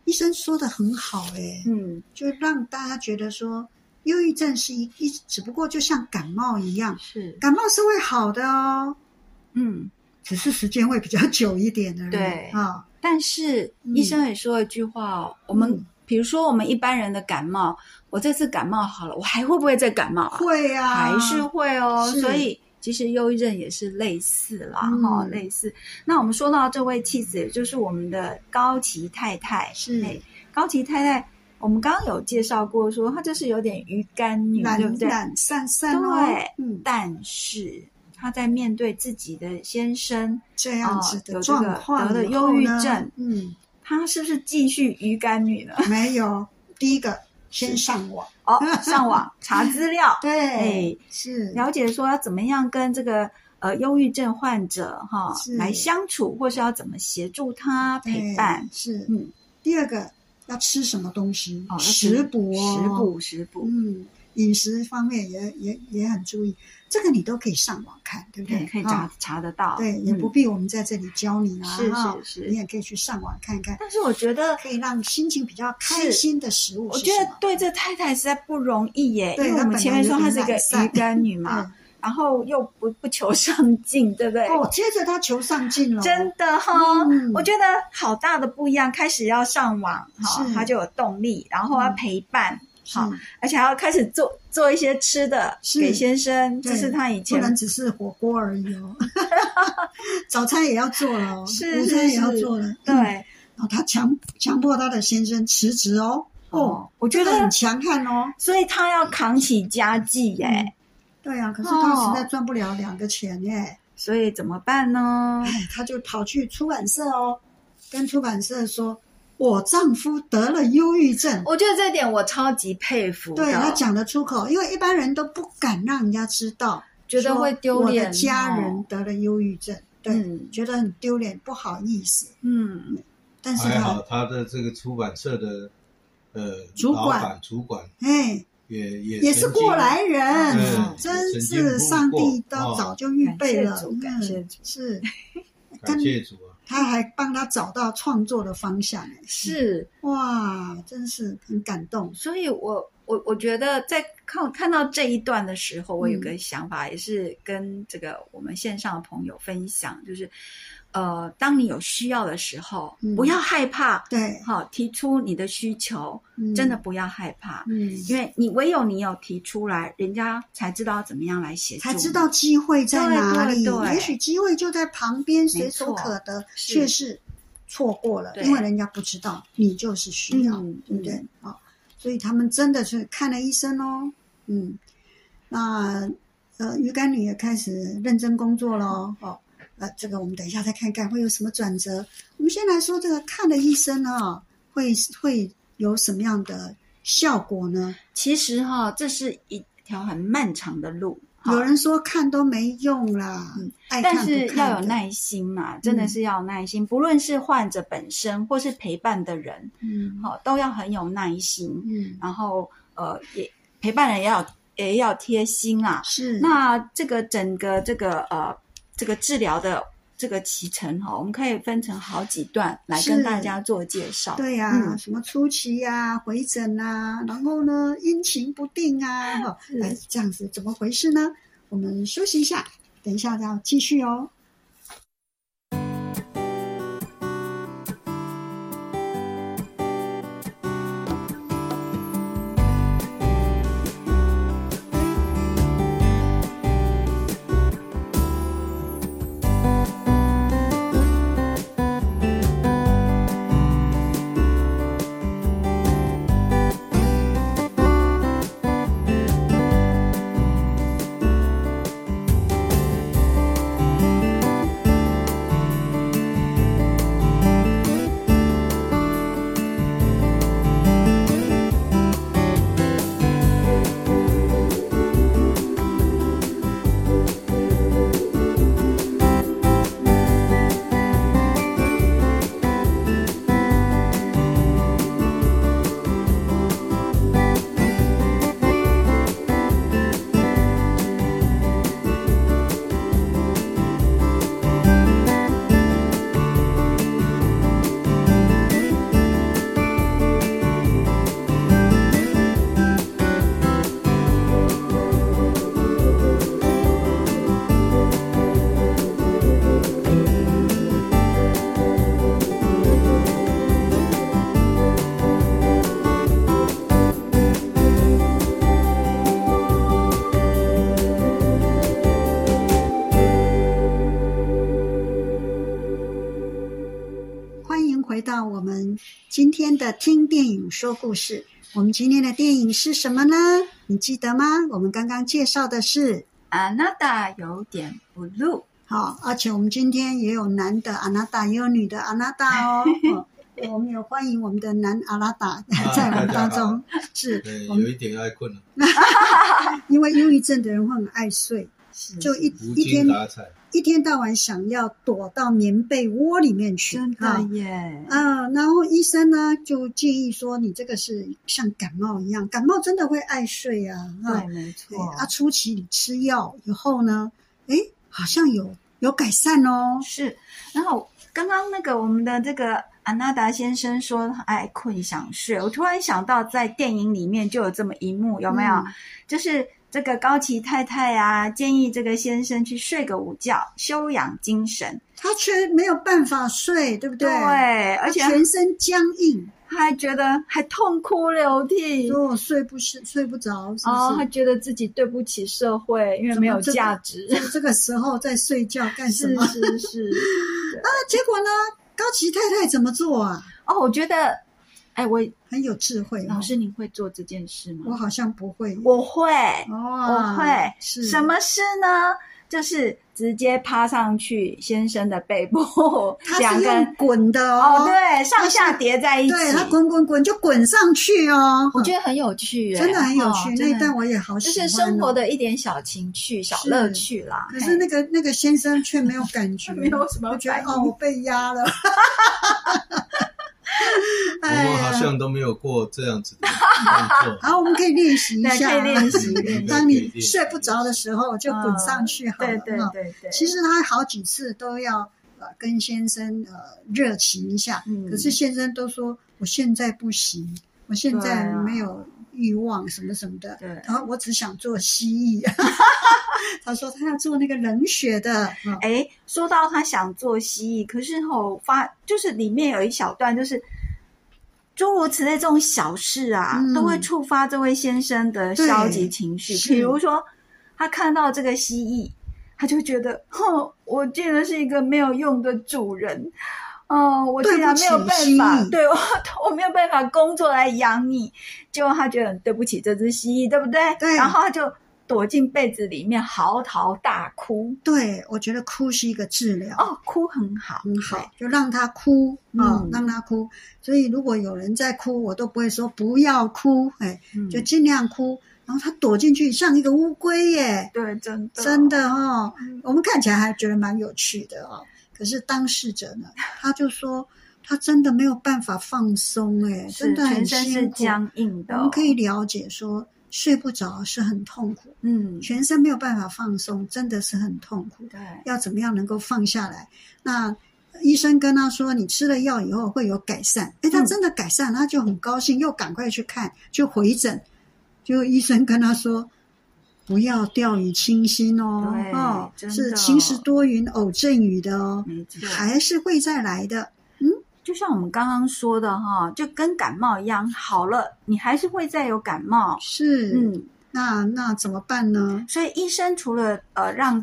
[SPEAKER 2] 医生说的很好、哎，
[SPEAKER 1] 嗯，
[SPEAKER 2] 就让大家觉得说，忧郁症是一一，只不过就像感冒一样，
[SPEAKER 1] 是，
[SPEAKER 2] 感冒是会好的哦，
[SPEAKER 1] 嗯，
[SPEAKER 2] 只是时间会比较久一点而已。
[SPEAKER 1] 对
[SPEAKER 2] 啊，
[SPEAKER 1] 但是
[SPEAKER 2] 嗯
[SPEAKER 1] 医生也说了一句话哦，我们
[SPEAKER 2] 嗯
[SPEAKER 1] 比如说我们一般人的感冒，我这次感冒好了，我还会不会再感冒啊？
[SPEAKER 2] 会啊，
[SPEAKER 1] 还是会哦，
[SPEAKER 2] 是
[SPEAKER 1] 所以。其实忧郁症也是类似啦，
[SPEAKER 2] 嗯
[SPEAKER 1] 哈、类似。那我们说到这位妻子，也就是我们的高崎太太，
[SPEAKER 2] 是
[SPEAKER 1] 哎高崎太太，我们刚刚有介绍过说她就是有点鱼干女，对
[SPEAKER 2] 懒
[SPEAKER 1] 不对？
[SPEAKER 2] 懒散散哦，
[SPEAKER 1] 对
[SPEAKER 2] 嗯，
[SPEAKER 1] 但是她在面对自己的先生，
[SPEAKER 2] 这样子
[SPEAKER 1] 哦
[SPEAKER 2] 的
[SPEAKER 1] 有这个
[SPEAKER 2] 状况、
[SPEAKER 1] 得了
[SPEAKER 2] 以后呢
[SPEAKER 1] 忧郁症嗯
[SPEAKER 2] 嗯，
[SPEAKER 1] 她是不是继续鱼干女呢？
[SPEAKER 2] 没有，第一
[SPEAKER 1] (laughs)
[SPEAKER 2] 个先上网， (laughs)
[SPEAKER 1] 哦，上网查资料，
[SPEAKER 2] 对，
[SPEAKER 1] 哎，
[SPEAKER 2] 是，
[SPEAKER 1] 了解说要怎么样跟这个呃忧郁症患者哈、
[SPEAKER 2] 是
[SPEAKER 1] 来相处，或是要怎么协助他
[SPEAKER 2] 对
[SPEAKER 1] 陪伴，
[SPEAKER 2] 是，
[SPEAKER 1] 嗯，
[SPEAKER 2] 第二个要吃什么东西
[SPEAKER 1] 哦，要，吃
[SPEAKER 2] 食补哦，
[SPEAKER 1] 食，补食补，
[SPEAKER 2] 嗯，饮食方面也也也很注意，这个你都可以上网看，对不
[SPEAKER 1] 对，
[SPEAKER 2] 对？
[SPEAKER 1] 可以
[SPEAKER 2] 啊
[SPEAKER 1] 查查得到，
[SPEAKER 2] 对，也
[SPEAKER 1] 嗯
[SPEAKER 2] 不必我们在这里教你啊，
[SPEAKER 1] 是
[SPEAKER 2] 哈
[SPEAKER 1] 是是
[SPEAKER 2] 你也可以去上网看看，
[SPEAKER 1] 但是我觉得，
[SPEAKER 2] 可以让心情比较开
[SPEAKER 1] 是
[SPEAKER 2] 心的食物
[SPEAKER 1] 我
[SPEAKER 2] 是
[SPEAKER 1] 觉
[SPEAKER 2] 什
[SPEAKER 1] 得
[SPEAKER 2] 么？
[SPEAKER 1] 对这太太实在不容易耶，因
[SPEAKER 2] 对
[SPEAKER 1] 为我
[SPEAKER 2] 她
[SPEAKER 1] 们
[SPEAKER 2] 本
[SPEAKER 1] 前
[SPEAKER 2] 来
[SPEAKER 1] 面
[SPEAKER 2] 有
[SPEAKER 1] 说
[SPEAKER 2] 点
[SPEAKER 1] 她是一个
[SPEAKER 2] 懒散
[SPEAKER 1] 鱼干女嘛，然后又不不求上进，对不对？
[SPEAKER 2] 对哦，接着他求上进了，
[SPEAKER 1] 真的哈、
[SPEAKER 2] 嗯
[SPEAKER 1] 我觉得好大的不一样。开始要上网哈，
[SPEAKER 2] 是
[SPEAKER 1] 她就有动力，然后要
[SPEAKER 2] 嗯
[SPEAKER 1] 陪伴
[SPEAKER 2] 是
[SPEAKER 1] 好，而且还要开始做做一些吃的
[SPEAKER 2] 是
[SPEAKER 1] 给先生，这
[SPEAKER 2] 对
[SPEAKER 1] 是他以
[SPEAKER 2] 不
[SPEAKER 1] 前
[SPEAKER 2] 能只是火锅而已
[SPEAKER 1] (laughs)
[SPEAKER 2] 哦，早餐也要做了哦，
[SPEAKER 1] 是
[SPEAKER 2] 午餐也要
[SPEAKER 1] 是
[SPEAKER 2] 做了。
[SPEAKER 1] 对
[SPEAKER 2] 嗯，然后他强强迫他的先生辞职哦，哦，，
[SPEAKER 1] 我觉
[SPEAKER 2] 这
[SPEAKER 1] 得
[SPEAKER 2] 个很强悍哦。
[SPEAKER 1] 所以他要扛起家计耶，
[SPEAKER 2] 嗯对啊，可是他实在赚不了两个钱耶，
[SPEAKER 1] 所以怎么
[SPEAKER 2] (laughs)
[SPEAKER 1] 办呢？
[SPEAKER 2] 哎，他就跑去出版社哦，跟出版社说，我丈夫得了忧郁症。
[SPEAKER 1] 我觉得这点我超级佩服的，
[SPEAKER 2] 对他讲得出口，因为一般人都不敢让人家知道，
[SPEAKER 1] 觉得
[SPEAKER 2] 说
[SPEAKER 1] 会丢脸哦，
[SPEAKER 2] 我的家人得了忧郁症，对，
[SPEAKER 1] 嗯
[SPEAKER 2] 觉得很丢脸，不好意思。
[SPEAKER 1] 嗯，
[SPEAKER 2] 但是
[SPEAKER 3] 还好
[SPEAKER 2] 他
[SPEAKER 3] 他的这个出版社的呃
[SPEAKER 2] 主
[SPEAKER 3] 老
[SPEAKER 2] 管
[SPEAKER 3] 板主管
[SPEAKER 2] 哎
[SPEAKER 3] 也也
[SPEAKER 2] 也
[SPEAKER 3] 也
[SPEAKER 2] 是过来人
[SPEAKER 1] 嗯，
[SPEAKER 2] 真
[SPEAKER 3] 曾经
[SPEAKER 2] 是上帝都
[SPEAKER 3] 哦
[SPEAKER 2] 早就预备了
[SPEAKER 1] 感谢主，感谢主
[SPEAKER 2] 嗯是
[SPEAKER 3] 感谢主啊，
[SPEAKER 2] 他还帮他找到创作的方向，哎
[SPEAKER 1] 是，
[SPEAKER 2] 哇，真是很感动，
[SPEAKER 1] 所以我我我觉得在看看到这一段的时候，我
[SPEAKER 2] 嗯
[SPEAKER 1] 有个想法，也是跟这个我们线上的朋友分享，就是，呃，当你有需要的时候，
[SPEAKER 2] 嗯
[SPEAKER 1] 不要害怕，
[SPEAKER 2] 对，
[SPEAKER 1] 好、提出你的需求，
[SPEAKER 2] 嗯
[SPEAKER 1] 真的，不要害怕，
[SPEAKER 2] 嗯，
[SPEAKER 1] 因为你唯有你有提出来，人家才知道怎么样来协助，
[SPEAKER 2] 才知道。机会在哪里，
[SPEAKER 1] 对对对
[SPEAKER 2] 也许机会就在旁边，随
[SPEAKER 1] 没
[SPEAKER 2] 手
[SPEAKER 1] 错
[SPEAKER 2] 可得，
[SPEAKER 1] 是
[SPEAKER 2] 却是错过了，
[SPEAKER 1] 对
[SPEAKER 2] 因为人家不知道你就是需要，
[SPEAKER 1] 嗯
[SPEAKER 2] 对不对
[SPEAKER 1] 嗯？
[SPEAKER 2] 啊、所以他们真的是看了医生哦，嗯，那呃，鱼干女也开始认真工作喽，哦，呃，这个我们等一下再看看会有什么转折。我们先来说这个看了医生呢、会会有什么样的效果呢？
[SPEAKER 1] 其实哈、这是一条很漫长的路。哈
[SPEAKER 2] 有人说看都没用啦，
[SPEAKER 1] 嗯
[SPEAKER 2] 爱看
[SPEAKER 1] 但
[SPEAKER 2] 不
[SPEAKER 1] 是
[SPEAKER 2] 看
[SPEAKER 1] 要有
[SPEAKER 2] 的嗯
[SPEAKER 1] 耐心嘛，真的是要有耐心。不论是患者本身，或是陪伴的人，
[SPEAKER 2] 嗯，
[SPEAKER 1] 好、都要很有耐心。
[SPEAKER 2] 嗯，
[SPEAKER 1] 然后呃，也陪伴人也要也要贴心啦。
[SPEAKER 2] 是
[SPEAKER 1] 那这个整个这个呃这个治疗的这个脐程哈、我们可以分成好几段来
[SPEAKER 2] 是
[SPEAKER 1] 跟大家做介绍。
[SPEAKER 2] 对呀、
[SPEAKER 1] 嗯
[SPEAKER 2] 什么初期呀、回诊啊，然后呢阴晴不定啊，哈、哎，这样子怎么回事呢？我们休息一下，等一下要继续哦。的听电影说故事。我们今天的电影是什么呢？你记得吗？我们刚刚介绍的是
[SPEAKER 1] 啊，那达有点 blue。
[SPEAKER 2] 好、而且我们今天也有男的阿拉达，也有女的阿拉达哦。哦我们有欢迎我们的男阿拉达在我们当中，是
[SPEAKER 3] 对，
[SPEAKER 2] 我
[SPEAKER 3] 有
[SPEAKER 2] 们
[SPEAKER 3] 一点爱困了，
[SPEAKER 2] 因为忧郁症的人会很爱睡，
[SPEAKER 1] 是
[SPEAKER 2] 就一
[SPEAKER 3] 无
[SPEAKER 2] 一天
[SPEAKER 3] 精打采。
[SPEAKER 2] 一天到晚想要躲到棉被窝里面去
[SPEAKER 1] 真的
[SPEAKER 2] 啊
[SPEAKER 1] 耶，
[SPEAKER 2] 啊、然后医生呢就建议说，你这个是像感冒一样，感冒真的会爱睡啊。啊
[SPEAKER 1] 对，哦没
[SPEAKER 2] 对
[SPEAKER 1] 错，
[SPEAKER 2] 啊，初期你吃药以后呢，诶，好像有有改善哦。
[SPEAKER 1] 是。然后刚刚那个我们的这个安纳达先生说爱困想睡，我突然想到在电影里面就有这么一幕，有没有？
[SPEAKER 2] 嗯
[SPEAKER 1] 就是这个高崎太太啊，建议这个先生去睡个午觉，休养精神。
[SPEAKER 2] 他却没有办法睡，对不对？
[SPEAKER 1] 而
[SPEAKER 2] 他
[SPEAKER 1] 且
[SPEAKER 2] 全身僵硬，
[SPEAKER 1] 还觉得还痛哭流涕。
[SPEAKER 2] 说我睡不睡睡不着，是不
[SPEAKER 1] 哦，他
[SPEAKER 2] 是？
[SPEAKER 1] 觉得自己对不起社会，因为没有价值。
[SPEAKER 2] (laughs) 在这个时候在睡觉干什
[SPEAKER 1] 是
[SPEAKER 2] 么？ (laughs)
[SPEAKER 1] 是是。
[SPEAKER 2] 那结果呢？高崎太太怎么做啊？
[SPEAKER 1] 哦，我觉得，哎，我
[SPEAKER 2] 很有智慧、哦。
[SPEAKER 1] 老师，您会做这件事
[SPEAKER 2] 我
[SPEAKER 1] 吗？
[SPEAKER 2] 好像不会。
[SPEAKER 1] 我会，
[SPEAKER 2] 哦
[SPEAKER 1] 我会。
[SPEAKER 2] 是
[SPEAKER 1] 什？么事呢？就是直接趴上去先生的背部， (laughs)
[SPEAKER 2] 他
[SPEAKER 1] 两
[SPEAKER 2] 是
[SPEAKER 1] 个
[SPEAKER 2] 用滚的
[SPEAKER 1] 哦，对，上下叠在一起。
[SPEAKER 2] 对，他滚滚滚就滚上去哦。
[SPEAKER 1] 我觉得很有趣耶，
[SPEAKER 2] 真的很有
[SPEAKER 1] 哦
[SPEAKER 2] 趣，那
[SPEAKER 1] 真的
[SPEAKER 2] 一段我也好
[SPEAKER 1] 就
[SPEAKER 2] 喜
[SPEAKER 1] 是
[SPEAKER 2] 欢、哦。
[SPEAKER 1] 生活，的一点小情趣、小
[SPEAKER 2] 是
[SPEAKER 1] 乐趣啦。
[SPEAKER 2] 可是那个那个先生却没有感觉，
[SPEAKER 1] (laughs) 没有什么
[SPEAKER 2] 我觉得
[SPEAKER 1] 反应
[SPEAKER 2] 哦，我被压
[SPEAKER 3] (laughs)
[SPEAKER 2] 了。
[SPEAKER 3] 我
[SPEAKER 2] 哎
[SPEAKER 3] 们好像都没有过这样子的动作。
[SPEAKER 2] 好，我们可以练习一
[SPEAKER 1] (laughs) 对
[SPEAKER 2] 下，
[SPEAKER 1] 可以练
[SPEAKER 3] (laughs)
[SPEAKER 1] 习哦
[SPEAKER 3] 练习
[SPEAKER 2] 当你睡不着的时候，就滚上去好了。
[SPEAKER 1] 对对
[SPEAKER 2] 哈
[SPEAKER 1] 对对，
[SPEAKER 2] 其实他好几次都要呃跟先生呃热情一下，
[SPEAKER 1] 嗯
[SPEAKER 2] 可是先生都说我现在不行，我现在
[SPEAKER 1] 对啊
[SPEAKER 2] 没有欲望什么什么的，
[SPEAKER 1] 对
[SPEAKER 2] 然后我只想做蜥蜴。 (laughs) 他说他要做那个冷血的，啊
[SPEAKER 1] 哎，说到他想做蜥蜴，可是吼发就是里面有一小段，就是诸如此类这种小事啊，
[SPEAKER 2] 嗯
[SPEAKER 1] 都会触发这位先生的消极情绪。
[SPEAKER 2] 对
[SPEAKER 1] 比如说，他看到这个蜥蜴，他就觉得，哼，我竟然是一个没有用的主人。嗯，我
[SPEAKER 2] 对
[SPEAKER 1] 竟
[SPEAKER 2] 不
[SPEAKER 1] 然没有
[SPEAKER 2] 起
[SPEAKER 1] 办
[SPEAKER 2] 蜥
[SPEAKER 1] 法，
[SPEAKER 2] 蜴
[SPEAKER 1] 对我，我没有办法工作来养你，结果他觉得很对不起这只蜥蜴，对不对？
[SPEAKER 2] 对
[SPEAKER 1] 然后他就躲进被子里面嚎啕大哭。
[SPEAKER 2] 对我觉得哭是一个治疗。
[SPEAKER 1] 哦，哭很好，
[SPEAKER 2] 很好，就让他哭啊、
[SPEAKER 1] 嗯
[SPEAKER 2] 让他哭。所以如果有人在哭，我都不会说不要哭，哎，
[SPEAKER 1] 嗯
[SPEAKER 2] 就尽量哭。然后他躲进去，像一个乌龟耶，
[SPEAKER 1] 对，真的
[SPEAKER 2] 真的哦
[SPEAKER 1] 嗯。
[SPEAKER 2] 我们看起来还觉得蛮有趣的哦。可是当事者
[SPEAKER 1] (laughs)
[SPEAKER 2] 呢，他就说他真的没有办法放松，哎，
[SPEAKER 1] 是
[SPEAKER 2] 真的很
[SPEAKER 1] 全身是
[SPEAKER 2] 辛苦。
[SPEAKER 1] 僵硬
[SPEAKER 2] 我
[SPEAKER 1] 的、
[SPEAKER 2] 们可以，了解说，睡不着是很痛苦，
[SPEAKER 1] 嗯，
[SPEAKER 2] 全身没有办法放松，真的是很痛苦。
[SPEAKER 1] 对，
[SPEAKER 2] 要怎么样能够放下来？那医生跟他说，你吃了药以后会有改善。诶，他
[SPEAKER 1] 嗯
[SPEAKER 2] 真的改善，他就很高兴，又赶快去看，就回诊。就医生跟他说，不要掉以轻心哦，
[SPEAKER 1] 对
[SPEAKER 2] 哦，
[SPEAKER 1] 真
[SPEAKER 2] 是
[SPEAKER 1] 的
[SPEAKER 2] 晴时多云偶阵雨的哦，
[SPEAKER 1] 没错，
[SPEAKER 2] 还是会再来的。
[SPEAKER 1] 就像我们刚刚说的哈，就跟感冒一样，好了，你还是会再有感冒，
[SPEAKER 2] 是，
[SPEAKER 1] 嗯，
[SPEAKER 2] 那那怎么办呢？
[SPEAKER 1] 所以医生除了呃让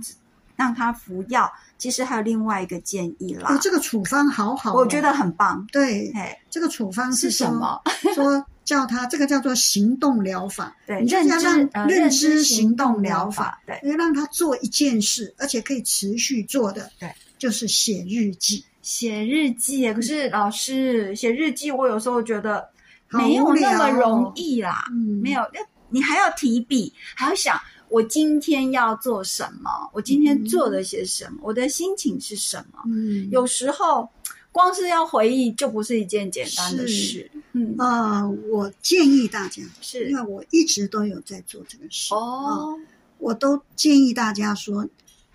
[SPEAKER 1] 让他服药，其实还有另外一个建议啦，
[SPEAKER 2] 哦，这个处方好好哦、
[SPEAKER 1] 啊我觉得很棒，
[SPEAKER 2] 对，
[SPEAKER 1] 哎，
[SPEAKER 2] 这个处方
[SPEAKER 1] 是
[SPEAKER 2] 是
[SPEAKER 1] 什
[SPEAKER 2] 说？
[SPEAKER 1] 么？
[SPEAKER 2] 说叫他这个叫做行动疗法。
[SPEAKER 1] 对，
[SPEAKER 2] 你就是
[SPEAKER 1] 认
[SPEAKER 2] 要
[SPEAKER 1] 知呃
[SPEAKER 2] 让认知行动
[SPEAKER 1] 动
[SPEAKER 2] 疗法，
[SPEAKER 1] 法，对，
[SPEAKER 2] 因为让他做一件事，而且可以持续做的，
[SPEAKER 1] 对，
[SPEAKER 2] 就是写日记，
[SPEAKER 1] 写日记耶，可是老师写日记，我有时候觉得
[SPEAKER 2] 好
[SPEAKER 1] 没有
[SPEAKER 2] 无
[SPEAKER 1] 那么
[SPEAKER 2] 聊哦
[SPEAKER 1] 容易啦，
[SPEAKER 2] 嗯，
[SPEAKER 1] 没有，那你还要提笔，还要想我今天要做什么，我今天做了些什么，我的心情是什么。
[SPEAKER 2] 嗯，
[SPEAKER 1] 有时候光是要回忆，就不是一件简单的事。嗯，
[SPEAKER 2] 呃，我建议大家，
[SPEAKER 1] 是
[SPEAKER 2] 因为我一直都有在做这个事，
[SPEAKER 1] 哦，
[SPEAKER 2] 我都建议大家说，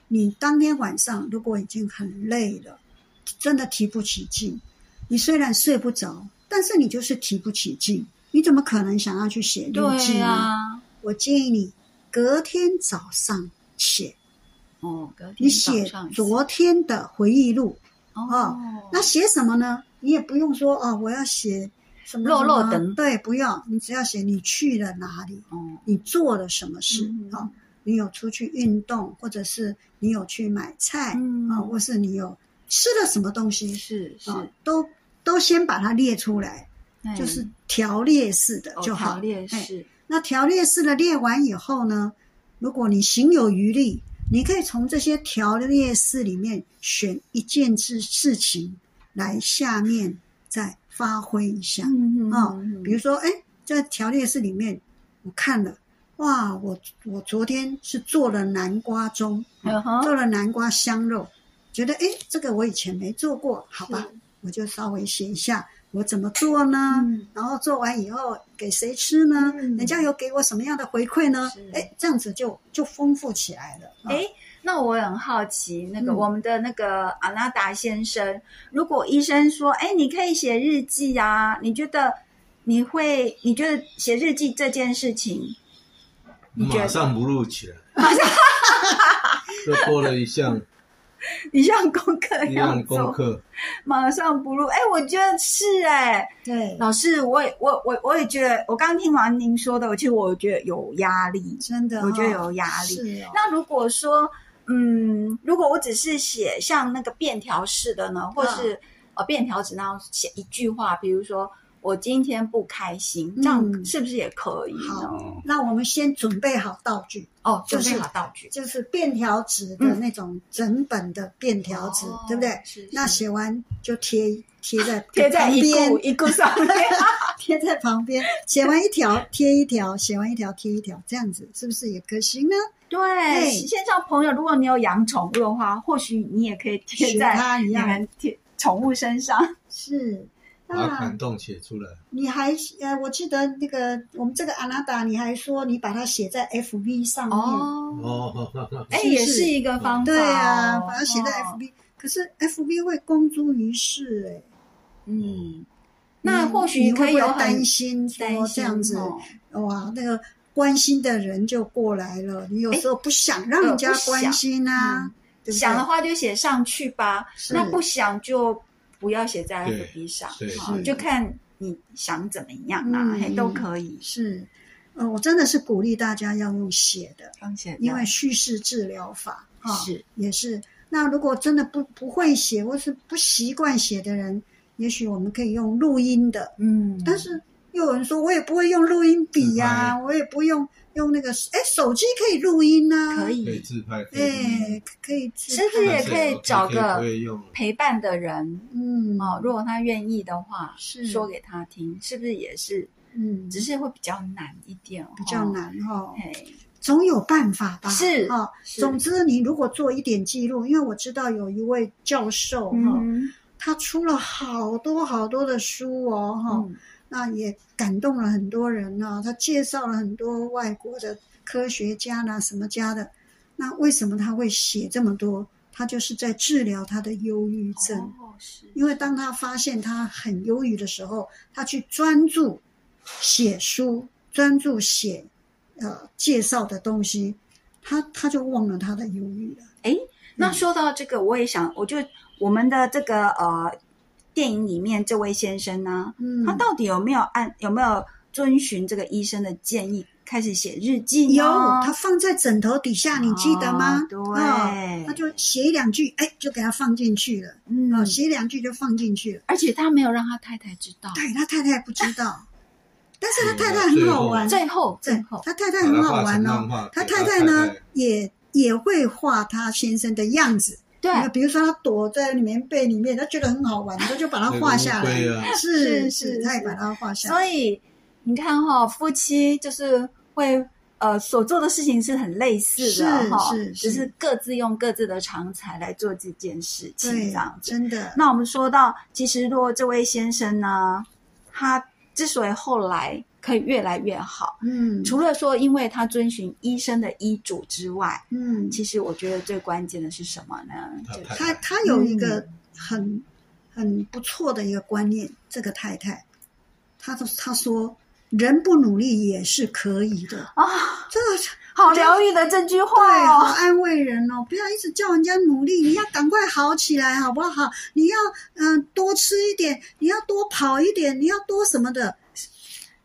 [SPEAKER 2] 你当天晚上如果已经很累了，真的提不起劲，你虽然睡不着，但是你就是提不起劲，你怎么可能想要去写日
[SPEAKER 1] 对啊
[SPEAKER 2] 记呢？
[SPEAKER 1] 呀，
[SPEAKER 2] 我建议你隔天早上写，
[SPEAKER 1] 哦，隔天
[SPEAKER 2] 你
[SPEAKER 1] 早
[SPEAKER 2] 写
[SPEAKER 1] 上
[SPEAKER 2] 昨天的回忆录。
[SPEAKER 1] 哦，
[SPEAKER 2] 那写什么呢？你也不用说哦，我要写什么
[SPEAKER 1] 肉
[SPEAKER 2] 什么
[SPEAKER 1] 肉等
[SPEAKER 2] 对，不要，你只要写你去了哪里，
[SPEAKER 1] 哦
[SPEAKER 2] 你做了什么事
[SPEAKER 1] 嗯
[SPEAKER 2] 哦，你有出去运动，或者是你有去买菜啊、
[SPEAKER 1] 嗯
[SPEAKER 2] 哦或是你有吃了什么东西
[SPEAKER 1] 是是
[SPEAKER 2] 啊、哦都都先把它列出来。
[SPEAKER 1] 哎
[SPEAKER 2] 就是条列式的
[SPEAKER 1] 哦
[SPEAKER 2] 就好。
[SPEAKER 1] 条列
[SPEAKER 2] 哎
[SPEAKER 1] 式，
[SPEAKER 2] 那条列式的列完以后呢，如果你行有余力，你可以从这些条列式里面选一件事事情来下面再发挥一下。
[SPEAKER 1] 嗯
[SPEAKER 2] 啊、比如说，哎，在条列式里面，我看了，哇，我我昨天是做了南瓜盅，
[SPEAKER 1] 嗯
[SPEAKER 4] 哦
[SPEAKER 1] 哼
[SPEAKER 2] 做了南瓜香肉，觉得哎，这个我以前没做过，好吧，我就稍微写一下我怎么做呢？
[SPEAKER 1] 嗯
[SPEAKER 2] 然后做完以后给谁吃呢？
[SPEAKER 1] 嗯
[SPEAKER 2] 人家有给我什么样的回馈呢
[SPEAKER 1] 是？
[SPEAKER 2] 哎，这样子就就丰富起来了。啊
[SPEAKER 1] 哎，那我很好奇，那个、
[SPEAKER 2] 嗯
[SPEAKER 1] 我们的那个阿拉达先生，如果医生说，哎，你可以写日记啊，你觉得你会？你觉得写日记这件事情，你觉得
[SPEAKER 3] 马上不录起来，这多了一
[SPEAKER 1] (laughs)
[SPEAKER 3] 项
[SPEAKER 1] 你像功课
[SPEAKER 3] 一
[SPEAKER 1] 要
[SPEAKER 3] 样功
[SPEAKER 1] 做，
[SPEAKER 3] 课，
[SPEAKER 1] 马上不入。哎，我觉得是哎、
[SPEAKER 2] 对，
[SPEAKER 1] 老师，我也我我我也觉得，我刚听完您说的，我其实我觉得有压力，
[SPEAKER 2] 真的、
[SPEAKER 1] 我觉得有压力。
[SPEAKER 2] 啊是哦，
[SPEAKER 1] 那如果说，嗯，如果我只是写像那个便条式的呢，或是、呃便条纸那样写一句话，比如说我今天不开心，这样
[SPEAKER 2] 嗯
[SPEAKER 1] 是不是也可以呢
[SPEAKER 3] 哦
[SPEAKER 2] 好？那我们先准备好道具。
[SPEAKER 1] 哦，
[SPEAKER 2] 就
[SPEAKER 1] 准
[SPEAKER 2] 是
[SPEAKER 1] 备好道具，
[SPEAKER 2] 就是便条纸的那种整本的便条纸，
[SPEAKER 1] 哦
[SPEAKER 2] 对不对？
[SPEAKER 1] 是是
[SPEAKER 2] 那写完就贴贴在
[SPEAKER 1] (laughs) 贴在
[SPEAKER 2] 旁
[SPEAKER 1] 一
[SPEAKER 2] 边
[SPEAKER 1] 股，一股上面。
[SPEAKER 2] (laughs) 贴在旁边，写完一条贴一条，写完一条贴一条，这样子是不是也可行呢？
[SPEAKER 1] (laughs) 对，
[SPEAKER 2] 哎
[SPEAKER 1] 线上朋友，如果你有养宠物的话，或许你也可以贴
[SPEAKER 2] 学
[SPEAKER 1] 在
[SPEAKER 2] 它一
[SPEAKER 1] 你
[SPEAKER 2] 样
[SPEAKER 1] 们贴宠物身上。
[SPEAKER 2] 是。啊
[SPEAKER 3] 把
[SPEAKER 1] 啊
[SPEAKER 2] 那
[SPEAKER 3] 感动写出来。
[SPEAKER 2] 你还呃，我记得那个我们这个阿拉达，你还说你把它写在 FB 上面，
[SPEAKER 1] 哦，
[SPEAKER 3] 哦，
[SPEAKER 1] 哎，
[SPEAKER 2] 是不
[SPEAKER 1] 也
[SPEAKER 2] 是
[SPEAKER 1] 是一个方法哦。
[SPEAKER 2] 对啊，把它写在
[SPEAKER 1] 哦
[SPEAKER 2] FB，、可是 FB 会公诸于世哎、
[SPEAKER 1] 嗯，那或许
[SPEAKER 2] 你
[SPEAKER 1] 可
[SPEAKER 2] 会
[SPEAKER 1] 以
[SPEAKER 2] 不
[SPEAKER 1] 有
[SPEAKER 2] 会
[SPEAKER 1] 很
[SPEAKER 2] 担心
[SPEAKER 1] 担
[SPEAKER 2] 说
[SPEAKER 1] 心
[SPEAKER 2] 这样子，
[SPEAKER 1] 哦
[SPEAKER 2] 哇，那个关心的人就过来了。你有时候不想让人家关心啊，
[SPEAKER 1] 呃嗯
[SPEAKER 2] 对不对
[SPEAKER 1] 想的话就写上去吧，
[SPEAKER 2] 是
[SPEAKER 1] 那不想就不要写在
[SPEAKER 3] 对
[SPEAKER 1] FB 上，
[SPEAKER 3] 对
[SPEAKER 1] 哈
[SPEAKER 2] 是
[SPEAKER 1] 就看你想怎么样啦，
[SPEAKER 2] 嗯
[SPEAKER 1] 嘿都可以。
[SPEAKER 2] 是，呃，我真的是鼓励大家要用写的，
[SPEAKER 1] 刚写
[SPEAKER 2] 因为叙事治疗法啊、
[SPEAKER 1] 是
[SPEAKER 2] 也是。那如果真的不不会写或是不习惯写的人，也许我们可以用录音的，
[SPEAKER 1] 嗯，
[SPEAKER 2] 但是又有人说我也不会用录音笔呀、
[SPEAKER 3] 嗯哎
[SPEAKER 2] 我也不用用那个，哎，手机可以录音呐、
[SPEAKER 1] 可，
[SPEAKER 3] 可以
[SPEAKER 1] 以，
[SPEAKER 3] 自拍，可以录
[SPEAKER 2] 哎
[SPEAKER 3] 音，
[SPEAKER 2] 可以自
[SPEAKER 1] 甚至
[SPEAKER 2] 拍
[SPEAKER 1] 也可以找
[SPEAKER 3] 但是
[SPEAKER 1] 个
[SPEAKER 3] 我可以不会用
[SPEAKER 1] 陪伴的人
[SPEAKER 2] 嗯
[SPEAKER 1] 哦，如果他愿意的话，
[SPEAKER 2] 是
[SPEAKER 1] 说给他听，是不是也是？
[SPEAKER 2] 嗯，
[SPEAKER 1] 只是会比较难一点，
[SPEAKER 2] 比较
[SPEAKER 1] 哦。
[SPEAKER 2] 难哈，
[SPEAKER 1] 嘿，
[SPEAKER 2] 总有办法吧？
[SPEAKER 1] 是
[SPEAKER 2] 啊，
[SPEAKER 1] 是
[SPEAKER 2] 总之你如果做一点记录，因为我知道有一位教授哈，
[SPEAKER 1] 嗯
[SPEAKER 2] 他出了好多好多的书哦哈，
[SPEAKER 1] 嗯
[SPEAKER 2] 那也感动了很多人呢、他介绍了很多外国的科学家啦、什么家的。那为什么他会写这么多？他就是在治疗他的忧郁症。
[SPEAKER 1] 哦是
[SPEAKER 2] 因为当他发现他很忧郁的时候，他去专注写书，专注写呃介绍的东西，他他就忘了他的忧郁了。
[SPEAKER 1] 那
[SPEAKER 2] 嗯
[SPEAKER 1] 说到这个，我也想，我就我们的这个呃电影里面这位先生呢，
[SPEAKER 2] 嗯，
[SPEAKER 1] 他到底有没有按有没有遵循这个医生的建议开始写日记呢？
[SPEAKER 2] 有他放在枕头底下，你记得吗
[SPEAKER 1] 哦？对
[SPEAKER 2] 哦他就写一两句，哎，就给他放进去了。
[SPEAKER 1] 嗯，
[SPEAKER 2] 哦，写两句就放进去了。
[SPEAKER 1] 而且他没有让他太太知道，
[SPEAKER 2] 对他太太不知道，但是他太太很好玩，
[SPEAKER 1] 最后
[SPEAKER 2] 对
[SPEAKER 1] 最后，
[SPEAKER 2] 他太太很好玩
[SPEAKER 3] 把它画成
[SPEAKER 2] 哦
[SPEAKER 3] 漫画。
[SPEAKER 2] 他
[SPEAKER 3] 给
[SPEAKER 2] 太
[SPEAKER 3] 他
[SPEAKER 2] 太呢
[SPEAKER 3] 太太
[SPEAKER 2] 也也会画他先生的样子。
[SPEAKER 1] 对
[SPEAKER 2] 那比如说他躲在里面被里面，他觉得很好玩，他就把它画下来
[SPEAKER 3] 那个乌龟啊。
[SPEAKER 2] 是
[SPEAKER 1] 是是
[SPEAKER 2] 他也把它画下来。
[SPEAKER 1] 所以你看哈、夫妻就是会呃所做的事情是很类似的
[SPEAKER 2] 是
[SPEAKER 1] 哈、
[SPEAKER 2] 是
[SPEAKER 1] 只是
[SPEAKER 2] 是
[SPEAKER 1] 各自用各自的长才来做这件事情，这
[SPEAKER 2] 对
[SPEAKER 1] 样，子。
[SPEAKER 2] 真的，
[SPEAKER 1] 那我们说到，其实如果这位先生呢，他之所以后来可以越来越好，
[SPEAKER 2] 嗯
[SPEAKER 1] 除了说因为他遵循医生的医嘱之外，
[SPEAKER 2] 嗯，
[SPEAKER 1] 其实我觉得最关键的是什么呢？
[SPEAKER 3] 他
[SPEAKER 1] 就
[SPEAKER 3] 太
[SPEAKER 1] 是
[SPEAKER 2] 他他有一个
[SPEAKER 1] 嗯
[SPEAKER 2] 很很不错的一个观念，这个太太，他说他说人不努力也是可以的，
[SPEAKER 1] 啊，
[SPEAKER 2] 这个
[SPEAKER 1] 好疗愈的这句
[SPEAKER 2] 对，好
[SPEAKER 1] 话哦，
[SPEAKER 2] 安慰人哦！不要一直叫人家努力，你要赶快好起来，好不好？你要嗯、多吃一点，你要多跑一点，你要多什么的，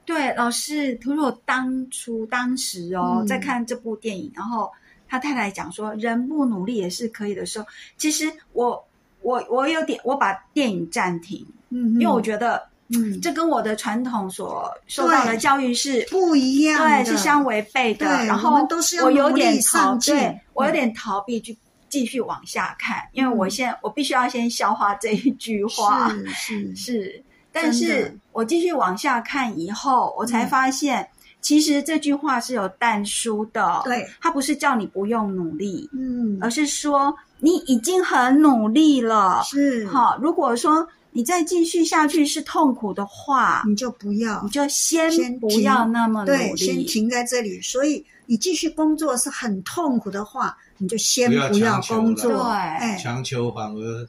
[SPEAKER 1] 对，老师，如果当初当时哦，
[SPEAKER 2] 嗯
[SPEAKER 1] 在看这部电影，然后他太太讲说“人不努力也是可以”的时候，其实我我我有点我把电影暂停，
[SPEAKER 2] 嗯，
[SPEAKER 1] 因为我觉得
[SPEAKER 2] 嗯，
[SPEAKER 1] 这跟我的传统所受到的
[SPEAKER 2] 对
[SPEAKER 1] 教育是
[SPEAKER 2] 不一样的，
[SPEAKER 1] 对，是相违背的。
[SPEAKER 2] 对
[SPEAKER 1] 然
[SPEAKER 2] 我
[SPEAKER 1] 后
[SPEAKER 2] 们都是要
[SPEAKER 1] 我有
[SPEAKER 2] 努力
[SPEAKER 1] 点逃，
[SPEAKER 2] 上进
[SPEAKER 1] 对
[SPEAKER 2] 嗯
[SPEAKER 1] 我有点逃避去继续往下看，因为我现在我必须要先消化这一句话。
[SPEAKER 2] 是是
[SPEAKER 1] 是，
[SPEAKER 2] 真
[SPEAKER 1] 但
[SPEAKER 2] 的
[SPEAKER 1] 是我继续往下看以后，我才
[SPEAKER 2] 嗯
[SPEAKER 1] 发现、其实这句话是有淡书的。
[SPEAKER 2] 对，
[SPEAKER 1] 它不是叫你不用努力，
[SPEAKER 2] 嗯，
[SPEAKER 1] 而是说你已经很努力了。
[SPEAKER 2] 是，
[SPEAKER 1] 好，如果说你再继续下去是痛苦的话，
[SPEAKER 2] 你就不要
[SPEAKER 1] 你就先
[SPEAKER 2] 嗯先
[SPEAKER 1] 不
[SPEAKER 2] 停
[SPEAKER 1] 要那么努
[SPEAKER 2] 对，先
[SPEAKER 1] 力。
[SPEAKER 2] 停在这里。所以你继续工作是很痛苦的话，你就先
[SPEAKER 3] 不要
[SPEAKER 2] 不要
[SPEAKER 3] 强求
[SPEAKER 2] 工
[SPEAKER 3] 了
[SPEAKER 2] 作，
[SPEAKER 1] 对
[SPEAKER 2] 哎，
[SPEAKER 3] 强求反而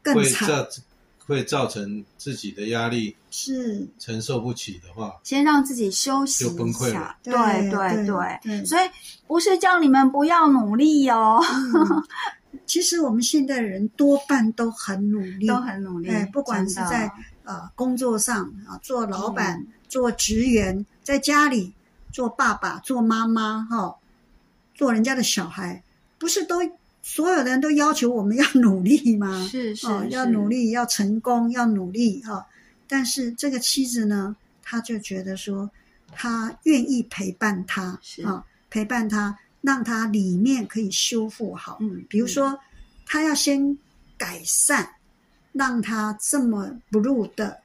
[SPEAKER 2] 更
[SPEAKER 3] 会
[SPEAKER 2] 惨
[SPEAKER 3] 造会造成自己的压力
[SPEAKER 2] 是，
[SPEAKER 3] 承受不起的话，
[SPEAKER 1] 先让自己休息
[SPEAKER 3] 就崩
[SPEAKER 1] 一
[SPEAKER 3] 溃
[SPEAKER 1] 下，
[SPEAKER 2] 对
[SPEAKER 1] 对
[SPEAKER 2] 对嗯
[SPEAKER 1] 对 (laughs)
[SPEAKER 2] 对
[SPEAKER 1] 所以不是叫你们不要努力哦，
[SPEAKER 2] 嗯其实我们现代人多半都很努力，
[SPEAKER 1] 都很努力
[SPEAKER 2] 哎，，不管是
[SPEAKER 1] 真的嗯
[SPEAKER 2] 在呃工作上啊，做老板、做职员，在家里做爸爸、做妈妈哈、做人家的小孩，不是都所有的人都要求我们要努力吗？
[SPEAKER 1] 是是
[SPEAKER 2] 哦，要
[SPEAKER 1] 是
[SPEAKER 2] 努力，要成功，要努力哈、但是这个妻子呢，她就觉得说，她愿意陪伴他啊、
[SPEAKER 1] 是
[SPEAKER 2] 陪伴他，让他里面可以修复好。
[SPEAKER 1] 嗯，
[SPEAKER 2] 比如说，他要先改善，让他这么 blue 的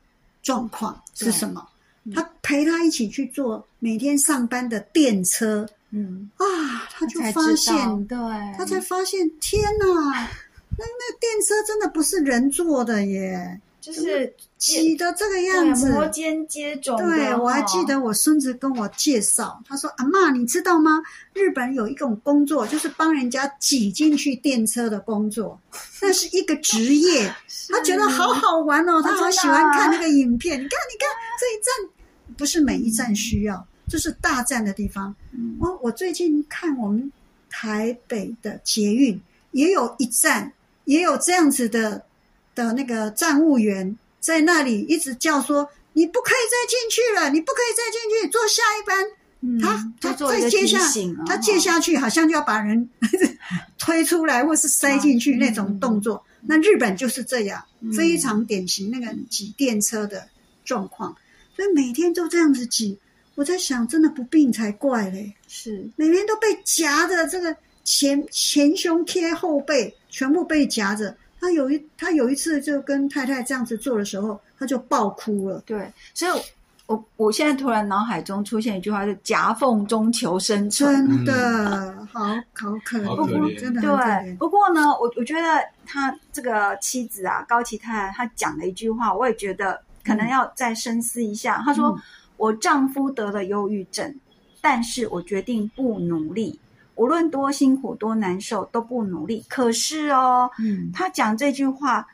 [SPEAKER 2] 状况是什么
[SPEAKER 1] 对嗯？
[SPEAKER 2] 他陪他一起去坐每天上班的电车
[SPEAKER 1] 嗯，
[SPEAKER 2] 啊，他就
[SPEAKER 1] 才
[SPEAKER 2] 发
[SPEAKER 1] 知道
[SPEAKER 2] 现，
[SPEAKER 1] 对，
[SPEAKER 2] 他才发现，天哪，那那电车真的不是人坐的耶，
[SPEAKER 1] 就是
[SPEAKER 2] 挤的这个样子
[SPEAKER 1] 对。啊摩肩接踵的
[SPEAKER 2] 对，我还
[SPEAKER 1] 哈
[SPEAKER 2] 记得我孙子跟我介绍，他说：“阿妈，你知道吗？日本有一种工作，就是帮人家挤进去电车的工作，那是一个职业。他觉得好好玩哦，他好喜欢看那个影片。你看，你看这一站，不是每一站需要，这是大站的地方。我我最近看我们台北的捷运，也有一站，也有这样子的的那个站务员在那里一直叫说：“你不可以再进去了，你不可以再进去，坐下一班。
[SPEAKER 1] 嗯
[SPEAKER 2] 他
[SPEAKER 1] 就
[SPEAKER 2] 他
[SPEAKER 1] 做一
[SPEAKER 2] 再
[SPEAKER 1] 个
[SPEAKER 2] 接
[SPEAKER 1] 提
[SPEAKER 2] 下
[SPEAKER 1] 醒啊
[SPEAKER 2] 他接下去好像就要把人 (laughs) 推出来或是塞进去那种动作。那日本就是这样，非常典型那个挤电车的状况，所以每天都这样子挤。我在想，真的不病才怪嘞。
[SPEAKER 1] 是
[SPEAKER 2] 每天都被夹着，这个前前胸贴后背，全部被夹着。他有一他有一次就跟太太这样子做的时候，他就爆哭了。
[SPEAKER 1] 对，所以我我现在突然脑海中出现一句话，就夹缝中求生存。
[SPEAKER 2] 真的、好好可
[SPEAKER 3] 好
[SPEAKER 1] 可
[SPEAKER 2] 怜，
[SPEAKER 3] 怜
[SPEAKER 2] 真的很可
[SPEAKER 1] 对，
[SPEAKER 2] 怜。
[SPEAKER 1] 不过呢，我我觉得他这个妻子啊，高启泰他讲了一句话，我也觉得可
[SPEAKER 2] 嗯
[SPEAKER 1] 能要再深思一下。他说：“我丈夫得了忧郁症，但是我决定不努力，无论多辛苦多难受都不努力。可是哦，
[SPEAKER 2] 嗯，
[SPEAKER 1] 他讲这句话，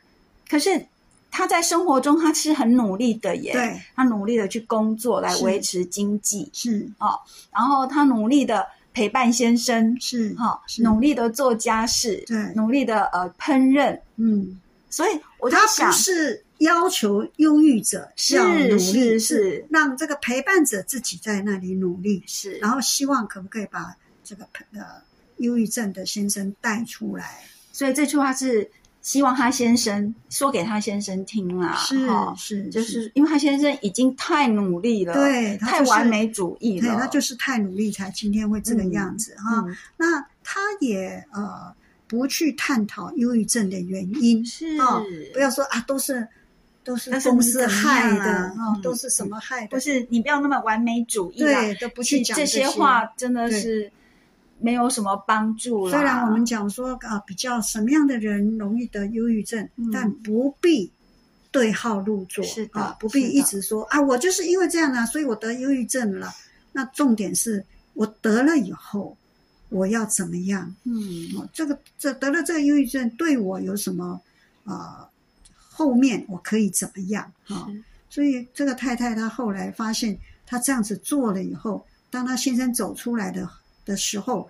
[SPEAKER 1] 可是他在生活中他是很努力的耶，
[SPEAKER 2] 对，
[SPEAKER 1] 他努力的去工作来
[SPEAKER 2] 是
[SPEAKER 1] 维持经济，
[SPEAKER 2] 是
[SPEAKER 1] 然后他努力的陪伴先生，
[SPEAKER 2] 是，
[SPEAKER 1] 哈、
[SPEAKER 2] 是
[SPEAKER 1] 努力的做家事，
[SPEAKER 2] 对
[SPEAKER 1] 努力的呃烹饪，
[SPEAKER 2] 嗯，
[SPEAKER 1] 所以我在
[SPEAKER 2] 他
[SPEAKER 1] 想
[SPEAKER 2] 不，是要求忧郁者
[SPEAKER 1] 是
[SPEAKER 2] 要努
[SPEAKER 1] 是
[SPEAKER 2] 力，
[SPEAKER 1] 是
[SPEAKER 2] 让这个陪伴者自己在那里努力，
[SPEAKER 1] 是
[SPEAKER 2] 然后希望可不可以把这个呃忧郁症的先生带出来。
[SPEAKER 1] 所以这句话是希望他先生说给他先生听啦，
[SPEAKER 2] 是
[SPEAKER 1] 啊哈
[SPEAKER 2] 是，
[SPEAKER 1] 就是因为他先生已经太努力了，
[SPEAKER 2] 对他
[SPEAKER 1] 太
[SPEAKER 2] 就是
[SPEAKER 1] 完美主义
[SPEAKER 2] 对，
[SPEAKER 1] 了，
[SPEAKER 2] 他就是啊太努力才今天会这个样子哈、
[SPEAKER 1] 嗯
[SPEAKER 2] 那他也呃不去探讨忧郁症的原因
[SPEAKER 1] 是
[SPEAKER 2] 哦，不要说啊都是都是
[SPEAKER 1] 但是
[SPEAKER 2] 公
[SPEAKER 1] 你
[SPEAKER 2] 司
[SPEAKER 1] 怎么
[SPEAKER 2] 害
[SPEAKER 1] 样
[SPEAKER 2] 的
[SPEAKER 1] 啊
[SPEAKER 2] 哦
[SPEAKER 1] 嗯
[SPEAKER 2] 都是什么害的
[SPEAKER 1] 不，是你不要那么完美主义啦，
[SPEAKER 2] 对，都不去
[SPEAKER 1] 其
[SPEAKER 2] 讲
[SPEAKER 1] 这
[SPEAKER 2] 些
[SPEAKER 1] 些话。真的是没有什么帮助了。
[SPEAKER 2] 虽然我们讲说啊，比较什么样的人容易得忧郁症，
[SPEAKER 1] 嗯
[SPEAKER 2] 但不必对号入座，
[SPEAKER 1] 是的
[SPEAKER 2] 啊，不必
[SPEAKER 1] 是的
[SPEAKER 2] 一直说啊，我就是因为这样啊，所以我得忧郁症了。那重点是我得了以后，我要怎么样？
[SPEAKER 1] 嗯
[SPEAKER 2] 哦，这个这得了这个忧郁症对我有什么呃后面我可以怎么样啊、
[SPEAKER 1] 是
[SPEAKER 2] 所以这个太太她后来发现，她这样子做了以后，当她先生走出来的的时候，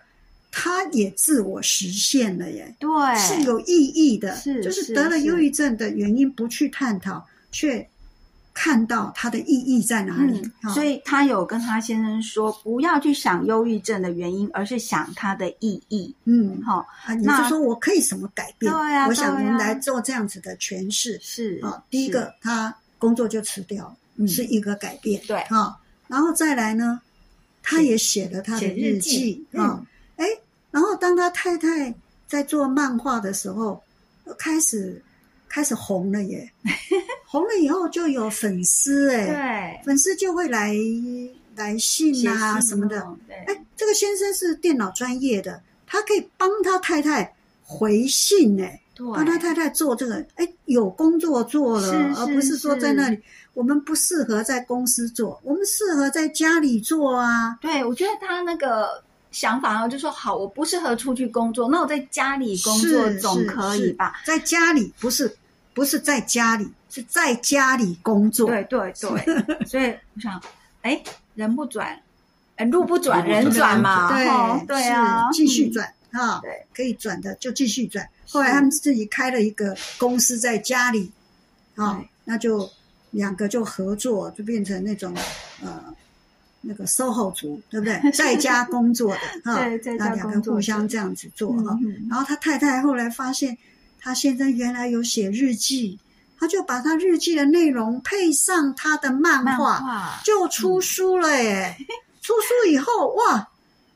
[SPEAKER 2] 她也自我实现了耶，
[SPEAKER 1] 对
[SPEAKER 2] 是有意义的。
[SPEAKER 1] 是
[SPEAKER 2] 就是
[SPEAKER 1] 是
[SPEAKER 2] 得了
[SPEAKER 1] 是
[SPEAKER 2] 忧郁症的原因不去探讨，却看到它的意义在哪里
[SPEAKER 1] 嗯。，
[SPEAKER 2] 啊
[SPEAKER 1] 所以他有跟他先生说，不要去想忧郁症的原因，而是想它的意义。
[SPEAKER 2] 嗯，
[SPEAKER 1] 哈、
[SPEAKER 2] 啊，你
[SPEAKER 1] 那
[SPEAKER 2] 就说我可以什么改变？
[SPEAKER 1] 对啊
[SPEAKER 2] 我想
[SPEAKER 1] 对
[SPEAKER 2] 我
[SPEAKER 1] 啊
[SPEAKER 2] 们来做这样子的诠释。
[SPEAKER 1] 是
[SPEAKER 2] 啊，第一
[SPEAKER 1] 是
[SPEAKER 2] 个他工作就辞掉了，
[SPEAKER 1] 嗯
[SPEAKER 2] 是一个改变。
[SPEAKER 1] 对
[SPEAKER 2] 哈、然后再来呢，他也写了他的
[SPEAKER 1] 写日
[SPEAKER 2] 记
[SPEAKER 1] 记嗯
[SPEAKER 2] 啊，哎、然后当他太太在做漫画的时候，呃开始开始红了
[SPEAKER 1] (laughs)
[SPEAKER 2] 耶，红了以后就有粉丝哎、
[SPEAKER 1] 对，
[SPEAKER 2] 粉丝就会来来信
[SPEAKER 1] 写
[SPEAKER 2] 啊
[SPEAKER 1] 信
[SPEAKER 2] 什么的，
[SPEAKER 1] 哦，对，
[SPEAKER 2] 哎，这个先生是电脑专业的，他可以帮他太太回信哎、帮他
[SPEAKER 1] 对，
[SPEAKER 2] 太太做这个，哎，有工作做了，
[SPEAKER 1] 是
[SPEAKER 2] 而
[SPEAKER 1] 是
[SPEAKER 2] 不是说在那里，我们不适合在公司做，我们适合在家里做啊。
[SPEAKER 1] 对，我觉得他那个想法啊，就说好，我不适合出去工作，那我在家里工作
[SPEAKER 2] 是
[SPEAKER 1] 总可以吧？？
[SPEAKER 2] 是是在家里不是不是在家里，是在家里工作。
[SPEAKER 1] 对对 (laughs) 对，所以我想，哎，人不转，哎，路不转
[SPEAKER 3] 路不转
[SPEAKER 1] 人转嘛，
[SPEAKER 2] 对、
[SPEAKER 1] 哦对啊，
[SPEAKER 2] 是继续
[SPEAKER 1] 嗯
[SPEAKER 2] 转啊，
[SPEAKER 1] 对，
[SPEAKER 2] 可以转的就继续转。后来他们自己开了一个公司在家里，啊
[SPEAKER 1] 对，
[SPEAKER 2] 那就两个就合作，就变成那种呃那个 SOHO 族，对不
[SPEAKER 1] (laughs)
[SPEAKER 2] 对？在家工作的哈，
[SPEAKER 1] 对在家
[SPEAKER 2] 那两个
[SPEAKER 1] 工作
[SPEAKER 2] 互
[SPEAKER 1] 者
[SPEAKER 2] 相这样子做哈。
[SPEAKER 1] 嗯，
[SPEAKER 2] 然后他太太后来发现，他先生原来有写日记，他就把他日记的内容配上他的漫
[SPEAKER 1] 漫
[SPEAKER 2] 画，
[SPEAKER 1] 画
[SPEAKER 2] 就
[SPEAKER 1] 嗯
[SPEAKER 2] 出书了耶！出书以后哇，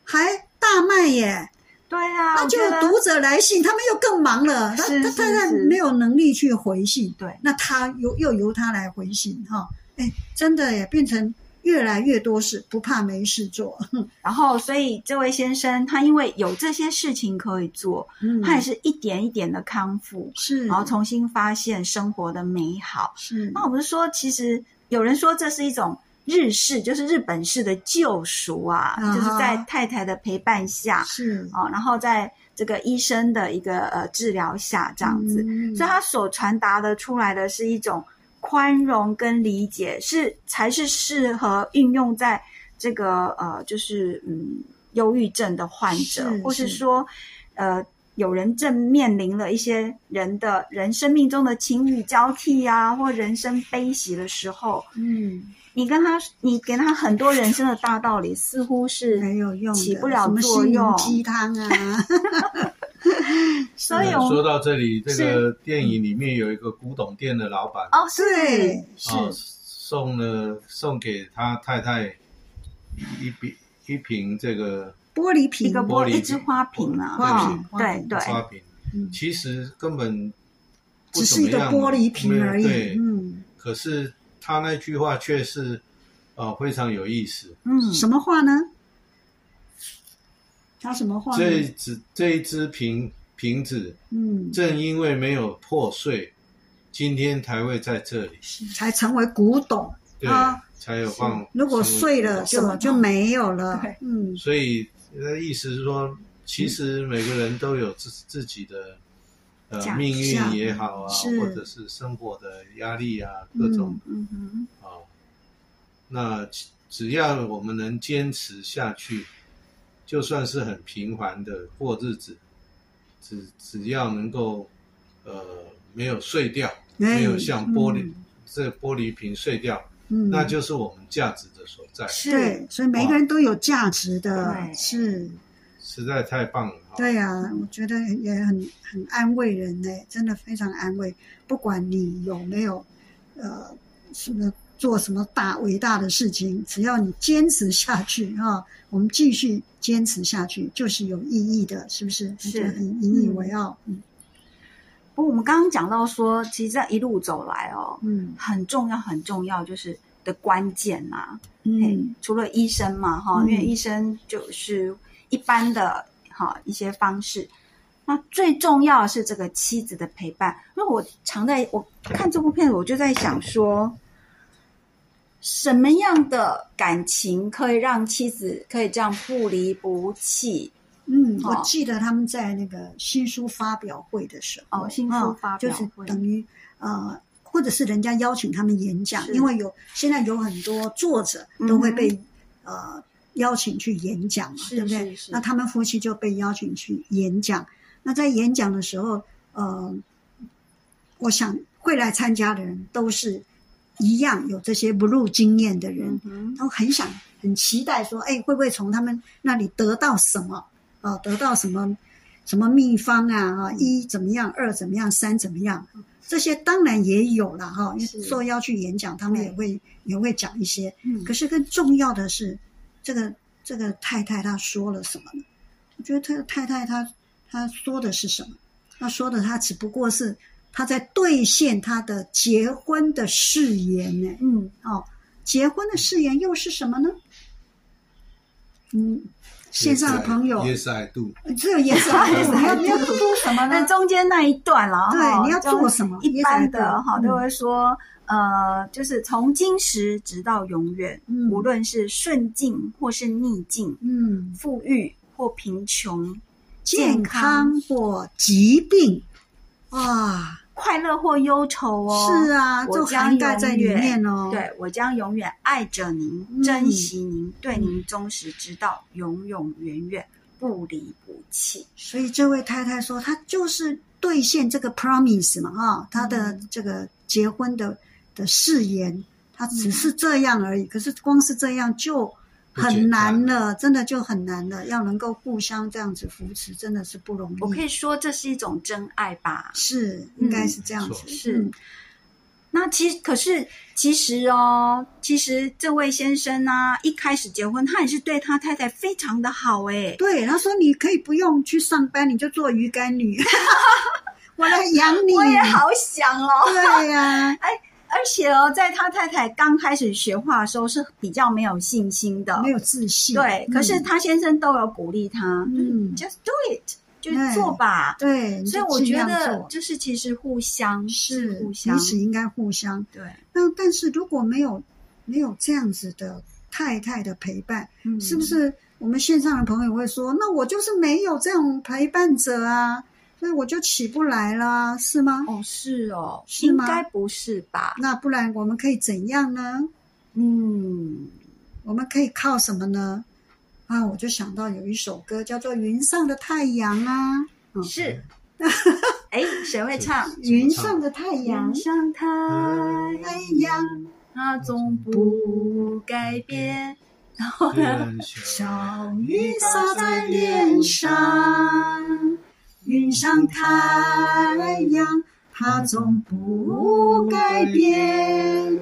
[SPEAKER 2] 还大卖耶！
[SPEAKER 1] 对啊，
[SPEAKER 2] 那
[SPEAKER 1] 我
[SPEAKER 2] 就
[SPEAKER 1] 觉
[SPEAKER 2] 有
[SPEAKER 1] 得
[SPEAKER 2] 读者来信，他们又更忙了。他
[SPEAKER 1] 是
[SPEAKER 2] 他
[SPEAKER 1] 是
[SPEAKER 2] 太太
[SPEAKER 1] 是
[SPEAKER 2] 没有能力去回信，
[SPEAKER 1] 对
[SPEAKER 2] 那他由又由他来回信哈。哎、真的耶，变成越来越多事，不怕没事做。
[SPEAKER 1] 然后，所以这位先生他因为有这些事情可以做，
[SPEAKER 2] 嗯
[SPEAKER 1] (laughs) 他也是一点一点的康复，
[SPEAKER 2] 是，
[SPEAKER 1] 然后重新发现生活的美好。
[SPEAKER 2] 是
[SPEAKER 1] 那我们说，其实有人说这是一种日式，就是日本式的救赎啊，
[SPEAKER 2] 啊哈
[SPEAKER 1] 就是在太太的陪伴下
[SPEAKER 2] 是
[SPEAKER 1] 啊、然后在这个医生的一个呃治疗下这样子，
[SPEAKER 2] 嗯
[SPEAKER 1] 所以他所传达的出来的是一种宽容跟理解，是才是适合运用在这个呃，就是嗯，忧郁症的患者，
[SPEAKER 2] 是
[SPEAKER 1] 或是
[SPEAKER 2] 是
[SPEAKER 1] 说呃，有人正面临了一些人的人生命中的情侣交替啊，或人生悲喜的时候，
[SPEAKER 2] 嗯
[SPEAKER 1] 你跟他，你给他很多人生的大道理，似乎是
[SPEAKER 2] 没有用的，
[SPEAKER 1] 起不了
[SPEAKER 2] 什么
[SPEAKER 1] 作
[SPEAKER 2] 心灵
[SPEAKER 1] 用
[SPEAKER 2] 鸡汤
[SPEAKER 1] (laughs)
[SPEAKER 2] 啊。
[SPEAKER 1] 所以
[SPEAKER 3] 呃
[SPEAKER 1] 我们
[SPEAKER 3] 说到这里，这个电影里面有一个古董店的老板，
[SPEAKER 1] 哦，是
[SPEAKER 2] 对，是
[SPEAKER 3] 啊，送了送给他太太一一瓶一瓶这个
[SPEAKER 2] 玻璃
[SPEAKER 1] 一
[SPEAKER 2] 瓶
[SPEAKER 1] 个玻
[SPEAKER 3] 玻璃
[SPEAKER 1] 一只花瓶啊，
[SPEAKER 3] 花
[SPEAKER 1] 哈
[SPEAKER 3] 瓶
[SPEAKER 2] 花
[SPEAKER 1] 对
[SPEAKER 2] 瓶
[SPEAKER 1] 对，
[SPEAKER 3] 花瓶，
[SPEAKER 2] 嗯
[SPEAKER 3] 其实根本不
[SPEAKER 2] 只是一
[SPEAKER 3] 怎
[SPEAKER 2] 个
[SPEAKER 3] 么样啊
[SPEAKER 2] 玻璃瓶
[SPEAKER 3] 没有
[SPEAKER 2] 而已
[SPEAKER 3] 对，，
[SPEAKER 2] 嗯，
[SPEAKER 3] 可是他那句话却是呃非常有意思。
[SPEAKER 1] 嗯，
[SPEAKER 2] 什么话呢？他什么话呢？
[SPEAKER 3] 这一只这一只瓶瓶子，
[SPEAKER 2] 嗯，
[SPEAKER 3] 正因为没有破碎，今天才会在这里，
[SPEAKER 2] 才成为古董。
[SPEAKER 3] 对，
[SPEAKER 2] 啊
[SPEAKER 3] 才有放。
[SPEAKER 2] 如果碎了
[SPEAKER 1] 什
[SPEAKER 2] 就
[SPEAKER 1] 么
[SPEAKER 2] 就没有了
[SPEAKER 1] 对。
[SPEAKER 2] 嗯，
[SPEAKER 3] 所以呃意思是说，其实每个人都有自自己的呃
[SPEAKER 1] 假
[SPEAKER 3] 命运
[SPEAKER 2] 象
[SPEAKER 3] 也好啊
[SPEAKER 2] 是，
[SPEAKER 3] 或者是生活的压力啊，各种
[SPEAKER 1] 嗯哼，
[SPEAKER 3] 啊。那只只要我们能坚持下去，就算是很平凡的过日子，只只要能够呃没有碎掉，没有像玻璃、这玻璃瓶碎掉，
[SPEAKER 2] 嗯，
[SPEAKER 3] 那就是我们价值的所在，
[SPEAKER 1] 是
[SPEAKER 2] 对，所以每个人都有价值的，
[SPEAKER 1] 对
[SPEAKER 2] 是，
[SPEAKER 3] 实在太棒了哈。
[SPEAKER 2] 对啊呀、我觉得也很很安慰人呢、真的非常安慰。不管你有没有呃什么做什么大伟大的事情，只要你坚持下去哈、我们继续坚持下去，就是有意义的，是不是？
[SPEAKER 1] 是
[SPEAKER 2] 我觉得很引以为傲。嗯
[SPEAKER 1] 不过我们刚刚讲到说，其实这一路走来哦，
[SPEAKER 2] 嗯
[SPEAKER 1] 很重要很重要，就是的关键呐、啊。
[SPEAKER 2] 嗯
[SPEAKER 1] 嘿，除了医生嘛，哈，
[SPEAKER 2] 嗯
[SPEAKER 1] 因为医生就是一般的哈一些方式。那最重要的是这个妻子的陪伴。因为我常在我看这部片子，我就在想说，什么样的感情可以让妻子可以这样不离不弃？
[SPEAKER 2] 嗯，
[SPEAKER 1] 哦
[SPEAKER 2] 我记得他们在那个新书发表会的时候，
[SPEAKER 1] 哦新书
[SPEAKER 2] 啊
[SPEAKER 1] 发表
[SPEAKER 2] 就
[SPEAKER 1] 会
[SPEAKER 2] 是等于呃，或者是人家邀请他们演讲，
[SPEAKER 1] 是嗯
[SPEAKER 2] 因为有现在有很多作者都会被、呃邀请去演讲嘛，
[SPEAKER 1] 是
[SPEAKER 2] 对不对？
[SPEAKER 1] 是是
[SPEAKER 2] 那他们夫妻就被邀请去演讲。那在演讲的时候，呃，我想会来参加的人都是一样有这些 blue 经验的人，
[SPEAKER 1] 哼，
[SPEAKER 2] 都很想、很期待说，哎，会不会从他们那里得到什么？哦啊，得到什么什么秘方啊？啊，一怎么样，二怎么样，三怎么样？这些当然也有了哈，因为
[SPEAKER 1] 是
[SPEAKER 2] 受邀去演讲，他们也会也会讲一些。
[SPEAKER 1] 嗯
[SPEAKER 2] 可是更重要的是，这个这个太太她说了什么呢？我觉得这个太太她她说的是什么？她说的她只不过是她在兑现她的结婚的誓言呢、
[SPEAKER 1] 嗯，
[SPEAKER 2] 哦，结婚的誓言又是什么呢？嗯，线上的朋友，
[SPEAKER 3] ，Yes I do，
[SPEAKER 2] 只有颜色，你要你要做什么
[SPEAKER 1] 那
[SPEAKER 2] 呢？
[SPEAKER 1] 中间那一段啦，
[SPEAKER 2] 对
[SPEAKER 1] 哈
[SPEAKER 2] 你要做
[SPEAKER 1] 就
[SPEAKER 2] 什么
[SPEAKER 1] 一般
[SPEAKER 2] 也嗯
[SPEAKER 1] 的
[SPEAKER 2] 才
[SPEAKER 1] 哈
[SPEAKER 2] 对
[SPEAKER 1] 都会说，呃，就是从今时直到永远，
[SPEAKER 2] 嗯
[SPEAKER 1] 无论是顺境或是逆境，
[SPEAKER 2] 嗯，
[SPEAKER 1] 富裕或贫穷，
[SPEAKER 2] 健康或疾病，哇，
[SPEAKER 1] 快乐或忧愁哦，
[SPEAKER 2] 是啊，
[SPEAKER 1] 我
[SPEAKER 2] 就
[SPEAKER 1] 将
[SPEAKER 2] 涵盖在里
[SPEAKER 1] 永远
[SPEAKER 2] 面哦。，
[SPEAKER 1] 对我将永远爱着您，
[SPEAKER 2] 嗯
[SPEAKER 1] 珍惜您，对您忠实，直到永永远远不离不弃。
[SPEAKER 2] 所以这位太太说，她就是兑现这个 promise 嘛，哈，她的
[SPEAKER 1] 嗯
[SPEAKER 2] 这个结婚的的誓言，她只是这样
[SPEAKER 1] 嗯
[SPEAKER 2] 而已。可是光是这样就很难
[SPEAKER 3] 不简单
[SPEAKER 2] 了，真的就很难了。要能够互相这样子扶持，真的是不容易。
[SPEAKER 1] 我可以说这是一种真爱吧。
[SPEAKER 2] 是，应该是这样
[SPEAKER 3] 没
[SPEAKER 2] 子。
[SPEAKER 3] 错
[SPEAKER 1] 是
[SPEAKER 2] 嗯
[SPEAKER 1] 那其可是其实哦，其实这位先生呢、一开始结婚，他也是对他太太非常的好哎诶。
[SPEAKER 2] 对，他说你可以不用去上班，你就做鱼干
[SPEAKER 1] (laughs)
[SPEAKER 2] 女，我来养你。
[SPEAKER 1] 我也好想哦。
[SPEAKER 2] 对呀、
[SPEAKER 1] 而且哦，在他太太刚开始学画的时候是比较没有信心的，
[SPEAKER 2] 没有自信。
[SPEAKER 1] 对。
[SPEAKER 2] 嗯
[SPEAKER 1] 可是他先生都有鼓励他，
[SPEAKER 2] 嗯，
[SPEAKER 1] Just do it，就是做吧。
[SPEAKER 2] 对，
[SPEAKER 1] 所以我
[SPEAKER 2] 你就
[SPEAKER 1] 觉
[SPEAKER 2] 尽量
[SPEAKER 1] 得
[SPEAKER 2] 做
[SPEAKER 1] 就是其实互相
[SPEAKER 2] 是
[SPEAKER 1] 互相
[SPEAKER 2] 彼此应该互相。
[SPEAKER 1] 对，
[SPEAKER 2] 那但是如果没有没有这样子的太太的陪伴，
[SPEAKER 1] 嗯
[SPEAKER 2] 是不？是我们线上的朋友会说，那我就是没有这种陪伴者啊，所以我就起不来啦，是吗？
[SPEAKER 1] 哦，是哦，
[SPEAKER 2] 是
[SPEAKER 1] 应
[SPEAKER 2] 吗
[SPEAKER 1] 该不是吧？
[SPEAKER 2] 那不然我们可以怎样呢？
[SPEAKER 1] 嗯，
[SPEAKER 2] 我们可以靠什么呢？啊，我就想到有一首歌叫做《云上的太阳》啊，嗯
[SPEAKER 1] (laughs) 是。哎，谁会唱？
[SPEAKER 2] 云上的太阳
[SPEAKER 1] 阳，上太
[SPEAKER 2] 太阳
[SPEAKER 1] 它总不改变。然后
[SPEAKER 3] 虽
[SPEAKER 1] 呢？
[SPEAKER 3] 然
[SPEAKER 2] 小
[SPEAKER 3] 小
[SPEAKER 2] 雨洒在脸上，云上太阳，它总不改变。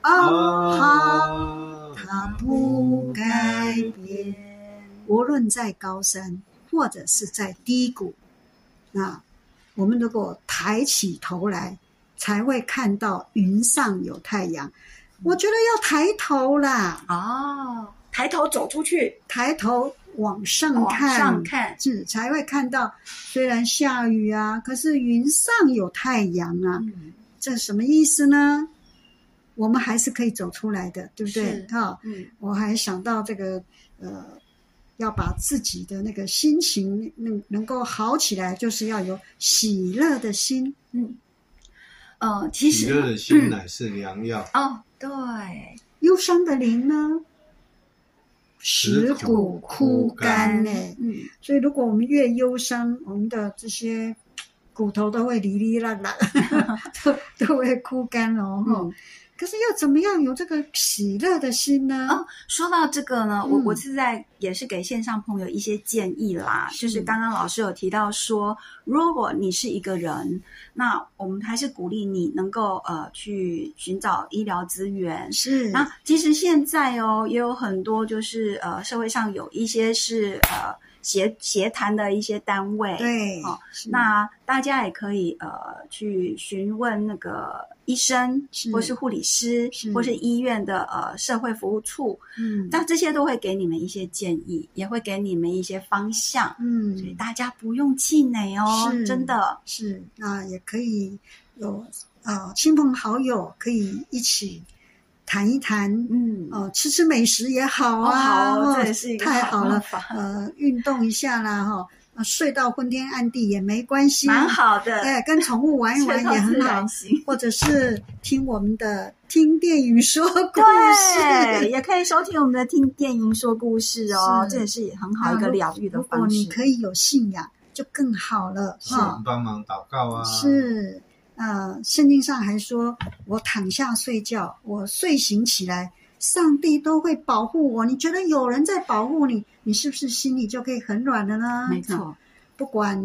[SPEAKER 2] 啊哈，
[SPEAKER 3] 啊，
[SPEAKER 2] 它不改变。无论在高山或者是在低谷，啊，我们如果抬起头来，才会看到云上有太阳。我觉得要抬头啦，
[SPEAKER 1] 哦，抬头走出去，
[SPEAKER 2] 抬头往上
[SPEAKER 1] 往
[SPEAKER 2] 看，
[SPEAKER 1] 上看。
[SPEAKER 2] 是才会看到，虽然下雨啊，可是云上有太阳啊，
[SPEAKER 1] 嗯
[SPEAKER 2] 这什么意思呢？我们还是可以走出来的，对不对？
[SPEAKER 1] 是
[SPEAKER 2] 哈、
[SPEAKER 1] 嗯
[SPEAKER 2] 我还想到这个呃，要把自己的那个心情能能够好起来，就是要有喜乐的心。
[SPEAKER 1] 嗯，呃，其
[SPEAKER 3] 喜
[SPEAKER 1] 实
[SPEAKER 3] 乐的
[SPEAKER 2] 嗯
[SPEAKER 3] 心乃是良药，
[SPEAKER 1] 哦，对，
[SPEAKER 2] 忧伤的灵呢，
[SPEAKER 3] 使
[SPEAKER 2] 使
[SPEAKER 3] 骨
[SPEAKER 2] 骨
[SPEAKER 3] 枯
[SPEAKER 2] 枯
[SPEAKER 3] 干
[SPEAKER 2] 干哎呢、
[SPEAKER 1] 嗯。
[SPEAKER 2] 所以，如果我们越忧伤，我们的这些骨头都会哩哩啦
[SPEAKER 1] (laughs)
[SPEAKER 2] 啦，都都会枯干哦。吼
[SPEAKER 1] 嗯
[SPEAKER 2] 可是要怎么样有这个喜乐的心呢？
[SPEAKER 1] 哦，说到这个呢，我
[SPEAKER 2] 嗯
[SPEAKER 1] 我是在也是给线上朋友一些建议啦，就是刚刚老师有提到说，如果你是一个人，那我们还是鼓励你能够呃去寻找医疗资源。
[SPEAKER 2] 是
[SPEAKER 1] 那其实现在哦，也有很多就是呃社会上有一些是呃协协谈的一些单位，
[SPEAKER 2] 对，
[SPEAKER 1] 哦
[SPEAKER 2] 是
[SPEAKER 1] 那大家也可以呃去询问那个医生，
[SPEAKER 2] 是
[SPEAKER 1] 或是护理师，
[SPEAKER 2] 是
[SPEAKER 1] 或是医院的呃社会服务处，
[SPEAKER 2] 嗯
[SPEAKER 1] 那这些都会给你们一些建议，也会给你们一些方向，所以
[SPEAKER 2] 嗯
[SPEAKER 1] 大家不用气馁哦，
[SPEAKER 2] 是
[SPEAKER 1] 真的，
[SPEAKER 2] 是，那也可以有啊、呃亲朋好友可以一起谈一谈。
[SPEAKER 1] 嗯，
[SPEAKER 2] 哦，吃吃美食也好
[SPEAKER 1] 哦
[SPEAKER 2] 啊，
[SPEAKER 1] 好哦
[SPEAKER 2] 哦
[SPEAKER 1] 这也是一个
[SPEAKER 2] 太
[SPEAKER 1] 好
[SPEAKER 2] 好
[SPEAKER 1] 办
[SPEAKER 2] 了
[SPEAKER 1] 法。
[SPEAKER 2] 呃，运动一下啦，哈、啊睡到昏天暗地也没关系，
[SPEAKER 1] 蛮好的，
[SPEAKER 2] 对，跟宠物玩一玩
[SPEAKER 1] 全都
[SPEAKER 2] 也
[SPEAKER 1] 自
[SPEAKER 2] 很好
[SPEAKER 1] 然，醒。
[SPEAKER 2] 或者是听我们的听电影说故
[SPEAKER 1] 对，
[SPEAKER 2] 事。
[SPEAKER 1] 也可以收听我们的听电影说故事哦，
[SPEAKER 2] 是
[SPEAKER 1] 这也是很
[SPEAKER 2] 那
[SPEAKER 1] 好一个
[SPEAKER 2] 如
[SPEAKER 1] 疗愈的
[SPEAKER 2] 如
[SPEAKER 1] 方
[SPEAKER 2] 果
[SPEAKER 1] 式。
[SPEAKER 2] 你可以有信仰，就更好了
[SPEAKER 3] 是我
[SPEAKER 2] 哈
[SPEAKER 3] 们。帮忙祷告啊，
[SPEAKER 2] 是，呃，圣经上还说，我躺下睡觉，我睡醒起来，上帝都会保护我。你觉得有人在保护你，你是不是心里就可以很软了呢？
[SPEAKER 1] 没，错，
[SPEAKER 2] 不管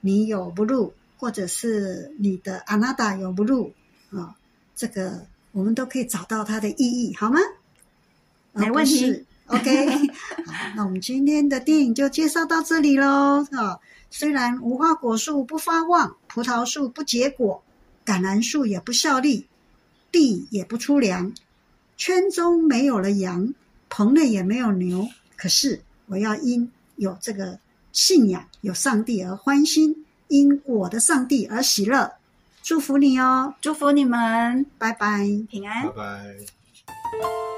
[SPEAKER 2] 你有不入，或者是你的阿纳达有 blue 啊、这个我们都可以找到它的意义，好吗？而
[SPEAKER 1] 没问题
[SPEAKER 2] 不是。OK，好，
[SPEAKER 1] (laughs)
[SPEAKER 2] 那我们今天的电影就介绍到这里喽。啊，虽然无花果树不发旺，葡萄树不结果，橄榄树也不效力，地也不出粮，圈中没有了羊，棚内也没有牛。可是我要因有这个信仰，有上帝而欢心，因我的上帝而喜乐。祝福你哦，
[SPEAKER 1] 祝福你们
[SPEAKER 2] 拜拜。
[SPEAKER 1] 平
[SPEAKER 3] 拜
[SPEAKER 1] 安。
[SPEAKER 3] 拜。